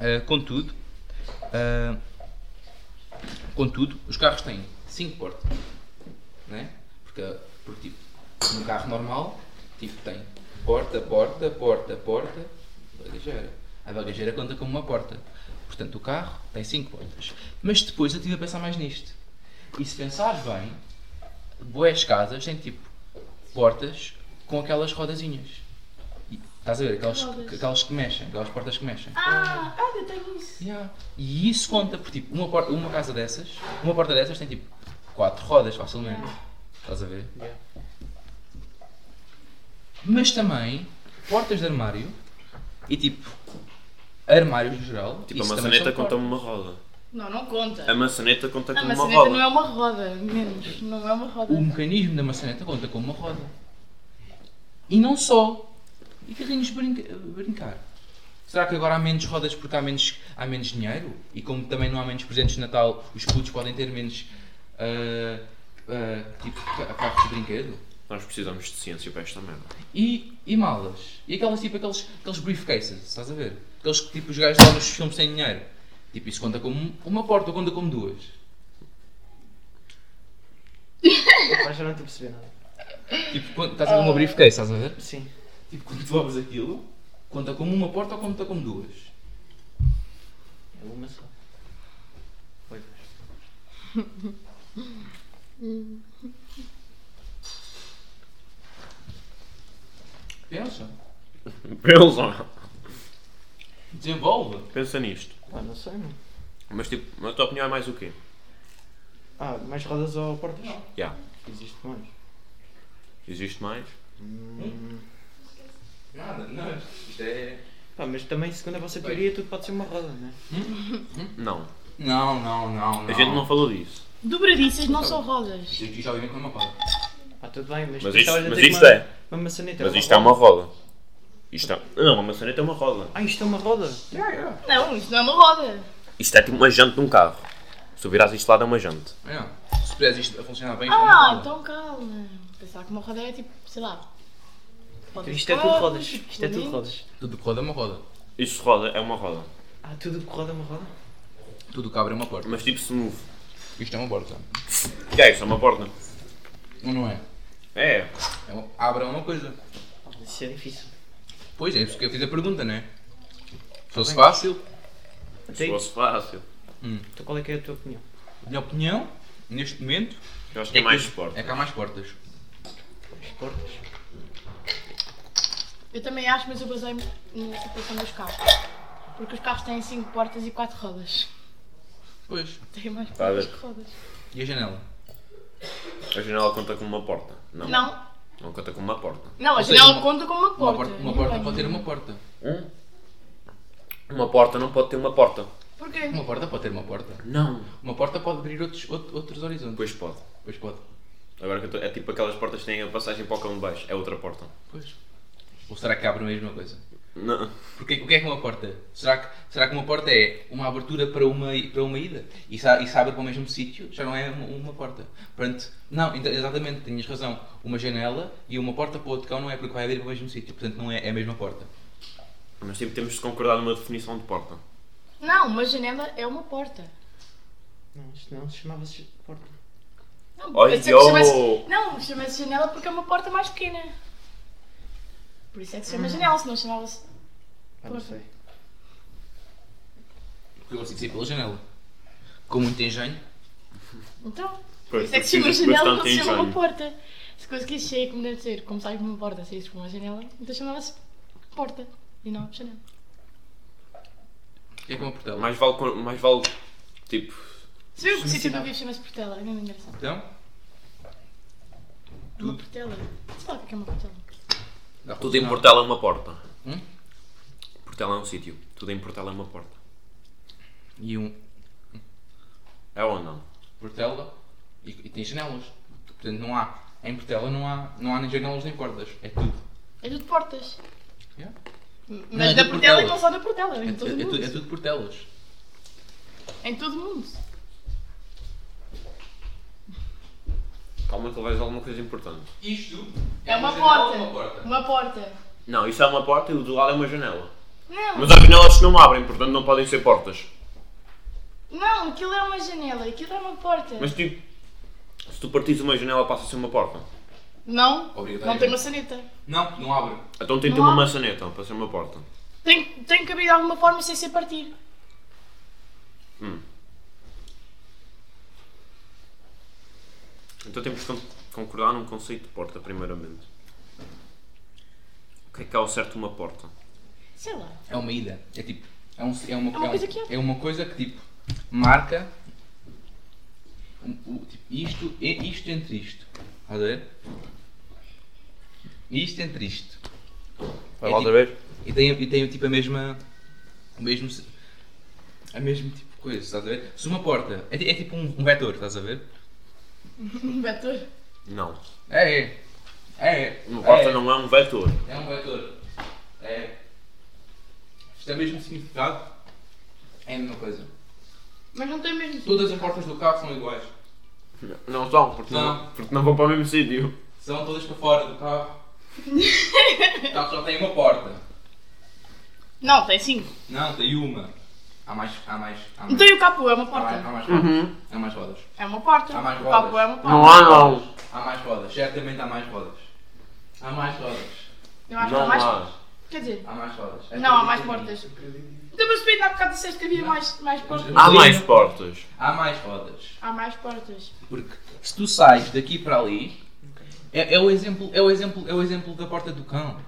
S1: ah, contudo, ah, contudo, os carros têm 5 portas, né? Porque, porque tipo, num carro normal, tipo, tem porta, porta, porta, porta, bagageira. A bagageira conta como uma porta. Portanto, o carro tem 5 portas. Mas depois eu estive a pensar mais nisto. E se pensares bem, boas casas têm tipo portas com aquelas rodazinhas. E, estás a ver? Aquelas,
S3: Rodas.
S1: aquelas que mexem, aquelas portas que mexem.
S3: Ah, olha, tem isso.
S1: Yeah. E isso conta, porque tipo, uma, porta, uma casa dessas, uma porta dessas tem tipo quatro rodas facilmente.
S3: Yeah.
S1: Estás a ver?
S4: Yeah.
S1: Mas também portas de armário e tipo armários no geral.
S2: Tipo,
S1: isso
S2: a
S1: também
S2: maçaneta
S1: são portas.
S2: conta-me uma roda.
S3: Não, não conta.
S2: A maçaneta conta
S3: A
S2: como É uma
S3: maçaneta
S2: roda.
S3: não é uma roda, menos. Não é uma roda.
S1: O mecanismo da maçaneta conta como uma roda. E não só. E carrinhos brinca- brincar. Será que agora há menos rodas porque há menos, há menos dinheiro? E como também não há menos presentes de Natal, os putos podem ter menos ah, ah, tipo ca- carros de brinquedo?
S3: é-
S2: Nós precisamos de ciência para esta merda.
S1: E, e malas? E aquelas tipo aqueles, aqueles briefcases, estás a ver? Aqueles que tipo os gajos lá nos filmes têm dinheiro. Tipo, isso conta como uma porta ou conta como duas.
S4: Mas já não estou a perceber nada.
S1: Tipo, quando- estás a ver uma briefcase, estás a ver?
S4: Sim.
S1: Tipo, quando tu abres aquilo, conta como uma porta ou conta como duas?
S4: É uma só. Oi,
S1: Pensa.
S2: Pensa,
S1: Desenvolve.
S2: pensa nisto.
S4: Pá, não sei, não.
S2: Mas tipo, na tua opinião é mais o quê?
S4: Ah, mais rodas ou portas?
S2: Já.
S4: Existe mais.
S2: Existe mais?
S4: Hum.
S1: Nada, não. Isto é.
S4: Pá, mas também, segundo a vossa teoria, tudo pode ser uma roda, não é?
S2: Não.
S1: Não, não, não, não.
S2: A gente não falou disso.
S3: Dobradiças não são rodas.
S1: Isto aqui já vem com uma porta.
S4: Ah, tudo bem, mas,
S2: Mas isto,
S4: tu estavas a
S2: mas
S4: dizer
S2: isto
S4: uma,
S2: é.
S4: Uma maçaneta.
S2: Mas isto é uma roda. Isto é... Não, uma maçaneta é uma roda.
S4: Ah, isto é uma roda?
S3: Não, isto não é uma roda.
S2: Isto é tipo uma jante de um carro. Se tu virares isto lá, dá uma jante.
S1: É. Se puderes isto a funcionar bem, isto é uma
S3: Ah,
S1: roda.
S3: então calma. Pensava que uma roda era tipo, sei lá. tipo, roda de
S4: Isto é tudo
S3: carros,
S4: rodas. Isto é tudo rodas.
S1: Tudo que roda é uma roda.
S2: Isso roda, é uma roda.
S4: Ah, tudo que roda é uma roda?
S1: Tudo que abre é uma porta.
S2: Mas tipo se move.
S1: Isto é uma porta.
S2: Que é isso? É uma porta.
S1: Ou não é?
S2: É.
S1: é uma... Abre é uma coisa.
S4: Isso é difícil.
S1: Pois é, isso que eu fiz a pergunta, não é? Se fosse fácil,
S2: Se
S4: Então,
S2: fosse fácil.
S4: então qual é que é a tua opinião?
S1: minha opinião, neste momento,
S2: Eu acho que é mais esporte.
S1: é que há mais portas.
S4: As portas?
S3: Eu também acho, mas eu basei-me na situação dos carros. Porque os carros têm 5 portas e 4 rodas.
S1: Pois.
S3: Tem mais
S2: Tá a
S3: portas
S2: ver.
S3: que rodas.
S1: E a janela?
S2: A janela conta como uma porta. Não.
S3: Não,
S2: Não conta como uma porta.
S3: não, a
S1: Ou seja,
S3: janela
S1: uma-
S3: conta como uma
S1: Uma
S3: porta.
S1: porta, uma
S3: não
S1: porta
S3: tem.
S1: pode ter uma porta.
S2: Hum? Uma porta não pode ter uma porta.
S3: Porquê?
S1: Uma porta pode ter uma porta.
S2: Não.
S1: Uma porta pode abrir outros, out- outros horizontes.
S2: Pois pode.
S1: Pois pode.
S2: Agora que eu tô... É tipo aquelas portas que têm a passagem para o cão de baixo. É outra porta.
S1: Pois. Ou será que abre a mesma coisa?
S2: Não.
S1: Porque, o que é que é uma porta? Será que, será que uma porta é uma abertura para uma, i- para uma ida? E se, a- e se abre para o mesmo sítio, já não é uma, uma porta. Portanto, não, então, exatamente, tinhas razão. Uma janela e uma porta para o outro cão não é porque vai abrir para o mesmo sítio. Portanto, não é, é a mesma porta.
S2: Mas tipo, temos de concordar numa definição de porta.
S3: Não, uma janela é uma porta.
S4: Não, isto não se chamava-se porta.
S3: Não,
S2: Olha,
S3: eu sei que chama-se-
S2: oh!
S3: Não, chama-se janela porque é uma porta mais pequena. Por isso é que se
S1: Hum.
S3: chama janela, senão chamava-se.
S4: Ah, não
S3: Porta.
S4: sei.
S1: Porque eu consigo sair pela janela. Com muito engenho.
S3: Então, por
S2: Pois,
S3: isso é que
S2: tu
S3: se chama
S2: precisas de
S3: janela, não se
S2: bastante
S3: chama uma
S2: engenho.
S3: porta. Se conseguisse sair, como deve ser, como sai por uma porta, saísse por uma janela, então chamava-se porta e não janela.
S1: O que é que é uma portela?
S2: Mais vale, con- mais vale tipo.
S3: Se viu que o sítio
S1: Felicidade.
S3: do vivo chama-se portela, é mesmo engraçado.
S1: Então,
S3: É
S1: Hum.
S3: Uma portela. Sei lá o que é que é uma portela.
S1: dá
S2: Tudo em
S1: para
S2: Portela é uma porta.
S1: Hum?
S2: Portela é um sítio. Tudo em Portela é uma porta.
S1: E um,
S2: É ou não?
S1: Portela e, e tem janelas. Portanto, não há. Em Portela não há, não há nem janelas nem portas. É tudo.
S3: É tudo portas.
S1: Yeah. Não, é
S3: Mas na
S1: tudo por
S3: Portela e
S1: telas.
S3: não só na Portela,
S1: É,
S3: em todo o
S1: é tu- é
S3: mundo.
S1: tudo por telas.
S3: Em todo o mundo.
S2: Calma que ele vai dizer alguma coisa importante.
S1: Isto
S3: É uma
S1: janela ou uma
S3: porta.
S1: porta.
S3: Uma porta.
S2: Não, isso é uma porta e o do lado é uma janela.
S3: Não,
S2: Mas as janelas não abrem, portanto não podem ser portas.
S3: não, aquilo é uma janela, aquilo é uma porta.
S2: Mas tipo, se tu partires uma janela passa a ser uma porta.
S3: Não,
S1: Obrigatoriamente.
S3: não tem maçaneta.
S1: Não, não abre.
S2: Então tem de ter
S3: Não
S2: uma
S3: há.
S2: maçaneta para ser uma porta.
S3: Tem, tem que abrir de alguma forma sem ser partir.
S2: Então temos de con- concordar num conceito de porta, primeiramente. O que é que é ao certo uma porta?
S3: Sei lá.
S1: É uma ida. É tipo. É, um, é, uma,
S3: É uma
S1: um-
S3: coisa que é.
S1: é uma coisa que tipo. Marca. um- o- tipo, isto, e- isto entre isto. Estás a ver? Isto entre isto.
S2: É
S1: É Vai lá outra
S2: vez?
S1: E tem, e tem tipo a mesma. O mesmo. se- A mesma tipo coisa, estás a ver? Se uma porta. É, ti- é tipo um, um vetor, estás a ver?
S3: Um vetor.
S2: Não.
S1: É, é. É, é.
S2: Uma porta
S1: É.
S2: não é um vetor.
S1: É um vetor. É. Isto é o mesmo significado. É a mesma coisa.
S3: Mas não tem o mesmo.
S1: Todas as portas do carro são iguais.
S2: Não são, porque
S1: não-
S2: porque não vão para o mesmo sítio.
S1: São todas para fora do carro. O carro só tem uma porta.
S3: Não, tem cinco.
S1: Não, tem uma. Há mais. Há mais. Há mais,
S3: Então e o capô é uma
S1: há mais, há
S3: porta.
S1: mais rodas.
S2: Uhum.
S1: Há mais rodas.
S3: É uma porta.
S1: Tá Há mais
S3: O capô
S1: rodas.
S3: é uma porta.
S2: Não há não.
S1: Há mais rodas. Certamente há mais rodas. Há mais rodas.
S3: Eu acho que há
S2: Não
S3: mais.
S2: há.
S3: Quer dizer,
S1: Há mais rodas. É
S3: não, há
S1: tudo
S3: mais
S1: assim.
S3: portas. Então, mas tu ainda há bocado disseste que havia mais, mais portas.
S2: Há mais portas.
S1: Há mais rodas.
S3: Há mais portas.
S1: Porque se tu sais daqui para ali, é, é o exemplo, é o exemplo, é o exemplo da porta do cão.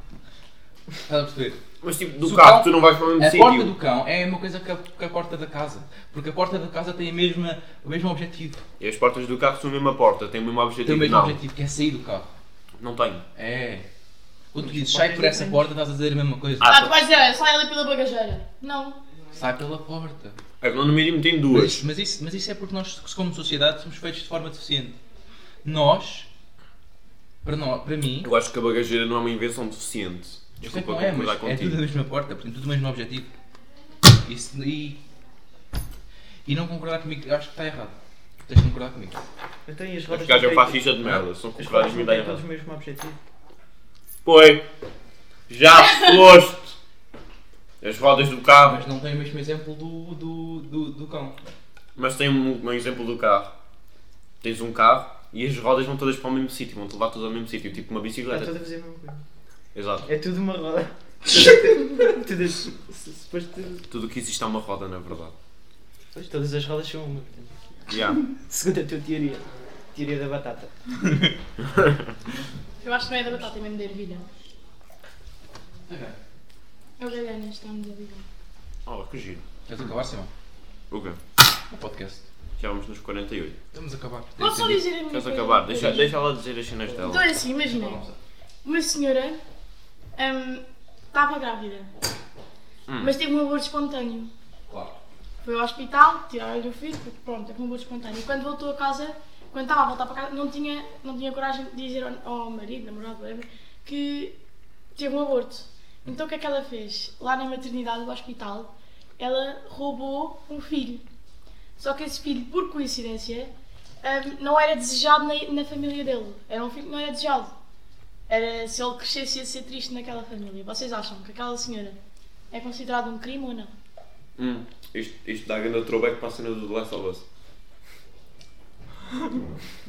S1: Estás a perceber?
S2: Mas tipo,
S1: Se
S2: do
S1: o
S2: carro
S1: carro-
S2: tu não vais para o mesmo
S1: A porta do
S2: sítio.
S1: cão é a mesma coisa que a, que a porta da casa. Porque a porta da casa tem a mesma, o mesmo objetivo.
S2: E as portas do carro são a mesma porta, têm o mesmo objetivo.
S1: Tem o mesmo
S2: não,
S1: objetivo, que é sair do carro.
S2: não tenho.
S1: É. Quando tu dizes sai
S3: é
S1: por essa porta, estás a dizer a mesma coisa.
S2: Ah,
S3: Ah,
S2: tá.
S3: tu vais dizer, sai ali pela bagageira. Não.
S1: Sai pela porta.
S2: É que no mínimo tem
S1: Mas,
S2: duas.
S1: mas isso, mas isso é porque nós, como sociedade, somos feitos de forma deficiente. Nós, para, nó- para mim,
S2: Eu acho que a bagageira não é uma invenção suficiente.
S1: Eu sei que
S2: Desculpa
S1: não é, mas
S2: concordar
S1: é
S2: contigo.
S1: tudo a mesma porta, portanto, tudo o mesmo objetivo. Isso, e, e não concordar comigo, eu acho que está errado. Tens de concordar comigo.
S4: Então e as rodas.
S2: Os gajos eu
S4: não
S2: faço
S4: têm-
S2: isto é um de merda, são
S4: As
S2: concordados
S4: rodas
S2: me
S4: não
S2: dá
S4: têm todos
S2: errado.
S4: o mesmo objetivo.
S2: Foi! Já foste! As rodas do carro,
S1: Mas não tem o mesmo exemplo do, do, do, do cão.
S2: mas tem um, um exemplo do carro. Tens um carro e as rodas vão todas para o mesmo sítio, vão-te levar todas ao mesmo sítio, tipo uma
S4: Está
S2: bicicleta.
S4: tudo a fazer a mesma coisa.
S2: Exato.
S4: É tudo uma roda. tudo é- se- se- se fosse tudo-
S2: Tudo o que existe é uma roda, na verdade.
S4: Pois todas as rodas são uma. portanto.
S2: Yeah.
S4: Segundo a tua teoria. Teoria da batata.
S3: Eu acho que não é da batata, é mesmo da ervilha. É Eu galhei neste nome da ervilha.
S2: Oh, que giro.
S1: Queres acabar, Simão?
S2: O quê?
S1: O podcast.
S2: Já vamos nos 48.
S1: Vamos acabar.
S3: Posso só dizer a minha
S2: Queres
S3: coisa?
S2: acabar? Deixa,
S3: Peraí.
S2: deixa ela dizer as cenas dela.
S3: Então é assim, imaginem. Uma senhora hum, estava grávida,
S2: Hum.
S3: mas teve um aborto espontâneo.
S1: Claro.
S3: Foi ao hospital, tiraram-lhe o filho, porque pronto, teve um aborto espontâneo. E quando voltou a casa, quando estava a voltar para casa, não tinha, não tinha coragem de dizer ao, ao marido, namorado, whatever, que teve um aborto. Então o que é que ela fez? Lá na maternidade do hospital, ela roubou um filho. Só que esse filho, por coincidência, hum, não era desejado na, na família dele. Era um filho que não era desejado. Era, se ele crescesse, ia ser triste naquela família. Vocês acham que aquela senhora é considerada um crime ou não?
S2: Hum, isto, isto dá grande throwback para a cena do The Last of Us.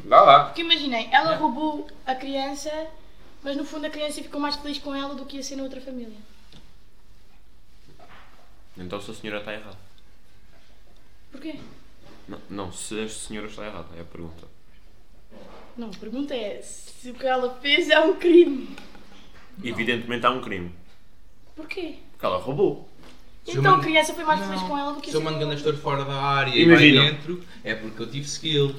S2: Dá lá.
S3: Porque imaginem, ela roubou a criança, mas no fundo a criança ficou mais feliz com ela do que ia ser na outra família.
S2: Então se a senhora está errada.
S3: Porquê?
S2: Não, não, se a senhora está errada, é a pergunta.
S3: Não, a pergunta é se o que ela fez é um crime.
S2: Evidentemente há um crime.
S3: Porquê?
S2: Porque ela roubou.
S1: Se eu
S3: então a
S1: mando-
S3: criança foi mais feliz
S1: Não.
S3: com ela do que ia
S1: Se eu
S3: ser.
S1: mando gastor fora da área e
S2: Imagina.
S1: vai dentro, é porque eu tive skill.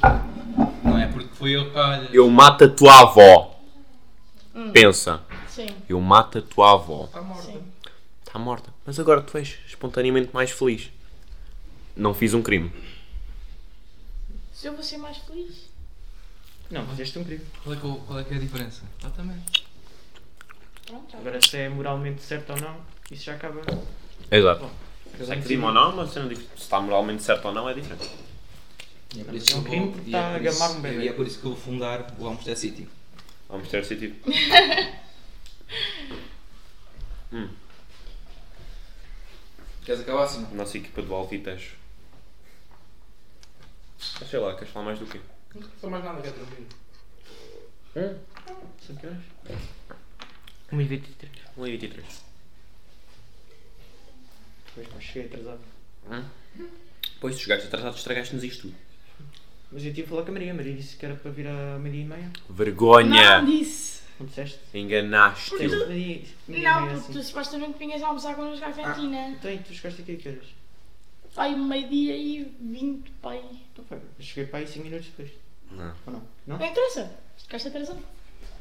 S1: Não é porque foi eu que calho.
S2: Eu mato a tua avó. Pensa,
S3: Sim,
S2: eu mato a tua avó.
S1: Está morta.
S3: sim.
S2: Está morta. Mas agora tu és espontaneamente mais feliz. Não fiz um crime.
S3: Se eu vou ser mais feliz.
S4: Não, fizeste um crime.
S1: Qual é, que, eu- qual é que é a diferença? Exatamente.
S3: Pronto, já.
S4: Agora, se é moralmente certo ou não, isso já acaba.
S2: Exato.
S4: acaba
S2: Se é
S4: em
S2: crime
S4: si.
S2: ou não, mas se está moralmente certo ou não é diferente.
S1: E é por
S4: Mas
S1: isso
S4: é
S1: que
S4: um
S1: eu
S4: crime
S1: vou-
S4: porque
S1: e é
S4: está a
S1: por isso-
S4: gamar um bebê.
S1: E é por isso que eu vou fundar o Amsterdam City.
S2: Vamos ter tipo, sentido. hum,
S1: Queres acabar assim?
S2: nossa equipa do Alvitejo. Mas Sei lá, queres falar mais do quê?
S1: Não sou mais nada, quer tranquilo.
S4: Sabe que Um horas? 1h23.
S2: 1h23.
S4: Pois, mas cheguei atrasado.
S2: Pois, tu chegaste atrasado, estragaste-nos isto tudo.
S4: Mas eu tive a falar com a Maria. A Maria disse que era para vir à meia-dia e meia.
S2: Vergonha!
S3: Não disse.
S4: Não disseste?
S2: Enganaste-o.
S4: Maria,
S1: é
S4: meia-dia e
S3: Não,
S4: meia
S3: porque tu
S4: assim.
S3: supostamente vinhas almoçar
S1: Ah.
S3: connosco à cantina.
S4: Então, e tu chegaste aqui a que horas?
S3: Pai, meio-dia e vinte, pai.
S4: Então foi. eu Cheguei para aí 5 minutos depois.
S2: Não.
S4: Ou não? Não?
S3: Não interessa. Ficaste atrasado.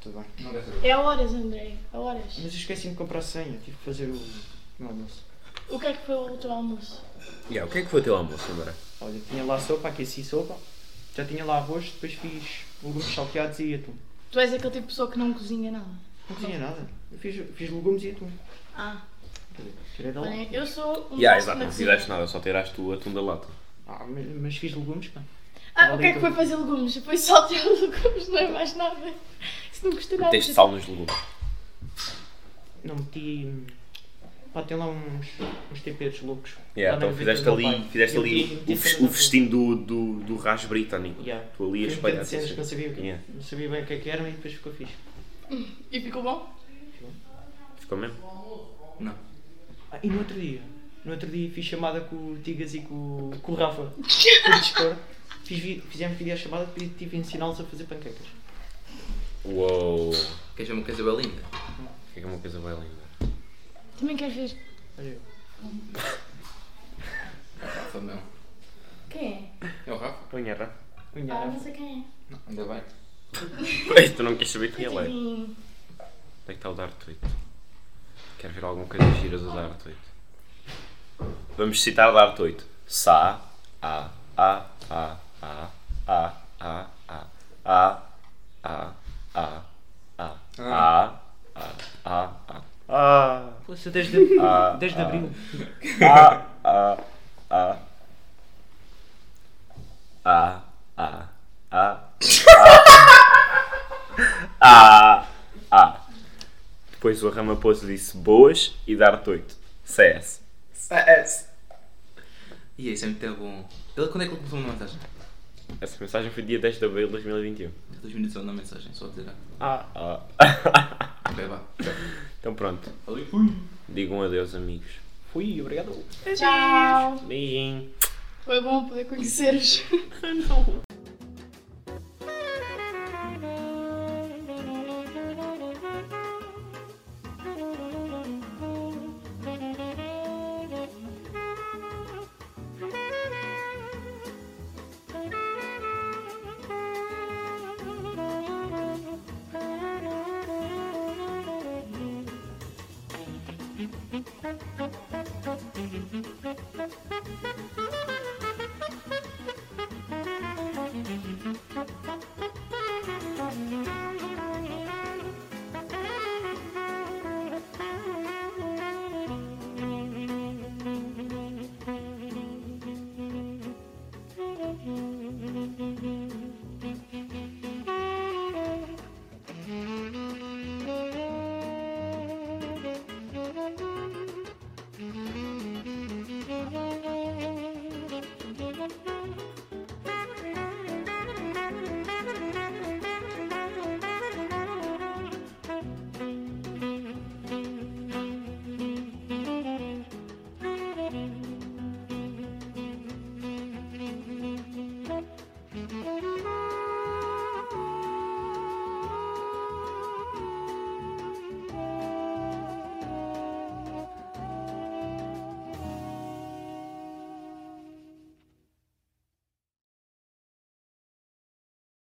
S4: Tudo bem.
S1: Não quer saber.
S3: É a horas, André. A horas.
S4: Mas eu esqueci de comprar a senha. Tive que fazer o meu almoço.
S3: O que é que foi o teu almoço?
S2: Yeah, o que é que foi o teu almoço, André?
S4: Olha, tinha lá sopa, aqueci sopa. Já tinha lá arroz, depois fiz legumes salteados e atum.
S3: Tu és aquele tipo de pessoa que não cozinha nada.
S4: Não cozinha nada. Eu fiz, fiz legumes e atum.
S3: Ah,
S4: Quer dizer, Tirei da lata.
S3: olha, eu sou
S2: Yeah,
S3: um monstro
S2: exato,
S3: na
S2: não
S3: cozinha.
S2: fizeste nada, só tiraste tu a tunda lata.
S4: Ah, mas, mas fiz legumes, pá.
S3: Ah, o que é que foi fazer legumes? Foi só ter legumes, não é mais nada. Isso não custa nada.
S2: Meteste sal nos legumes.
S4: Não meti. Pá, tem lá uns, uns temperos loucos.
S2: Yeah,
S4: Lá na
S2: então
S4: gaveta
S2: fizeste
S4: do meu
S2: ali,
S4: pai.
S2: fizeste
S4: Eu
S2: ali
S4: meti- meti
S2: o, ves- o
S4: tudo no-
S2: festim do, do, do Raj britânico.
S4: Yeah.
S2: Tu ali a
S4: Fui um
S2: espalhar.
S4: bocado de cenas que não sabia, o que-
S2: Yeah.
S4: não sabia bem o que é que eram e depois ficou fixe.
S3: E ficou bom?
S2: Ficou mesmo?
S1: Não.
S4: Ah, e no outro dia? No outro dia fiz chamada com o Tigas e com, o- com o Rafa. Com o Discord. Fiz, vi- fizemos videochamada e tive a ensiná-los a fazer panquecas.
S2: Uou! O
S1: Queres ver uma coisa bem linda?
S2: que é que é uma coisa bem linda?
S3: Também queres ver?
S4: Olha eu.
S1: Rafa, não.
S3: Quem é?
S1: É o Rafa?
S2: Põe erra.
S4: Minha
S3: Ah,
S4: Rafa.
S3: não sei quem é.
S1: Ainda bem.
S2: Pois, tu não queres saber quem ele é. Onde
S3: Coitadinho.
S2: é que está o Dark Tweet? Quero ver alguma coisa giras do Dark Tweet. Vamos citar Dark Tweet. Sa, a, a, a, a, a, a, a, a, a, a, a, a, a, a, a. Ah,
S4: Pô, sou 10 de,
S2: Ah,
S4: 10 de abril.
S2: ah, ah, ah. Ah, ah, ah. Ah, ah. Depois o Ramaposo disse boas e dar toito. CS.
S4: Ah. é.
S2: CS.
S1: E isso é muito bom. Ele, quando é que ele começou a mandar mensagem?
S2: Essa mensagem foi dia 10 de abril de 2021.
S1: Tem Dois minutos a mandar mensagem, só a dizer. ah,
S2: Ah, ah.
S1: Ok, vá.
S2: Então pronto.
S1: Ali fui.
S2: Digam adeus, amigos.
S4: Fui, obrigado.
S3: Tchau.
S2: Beijinho.
S3: Foi bom poder conhecer-vos.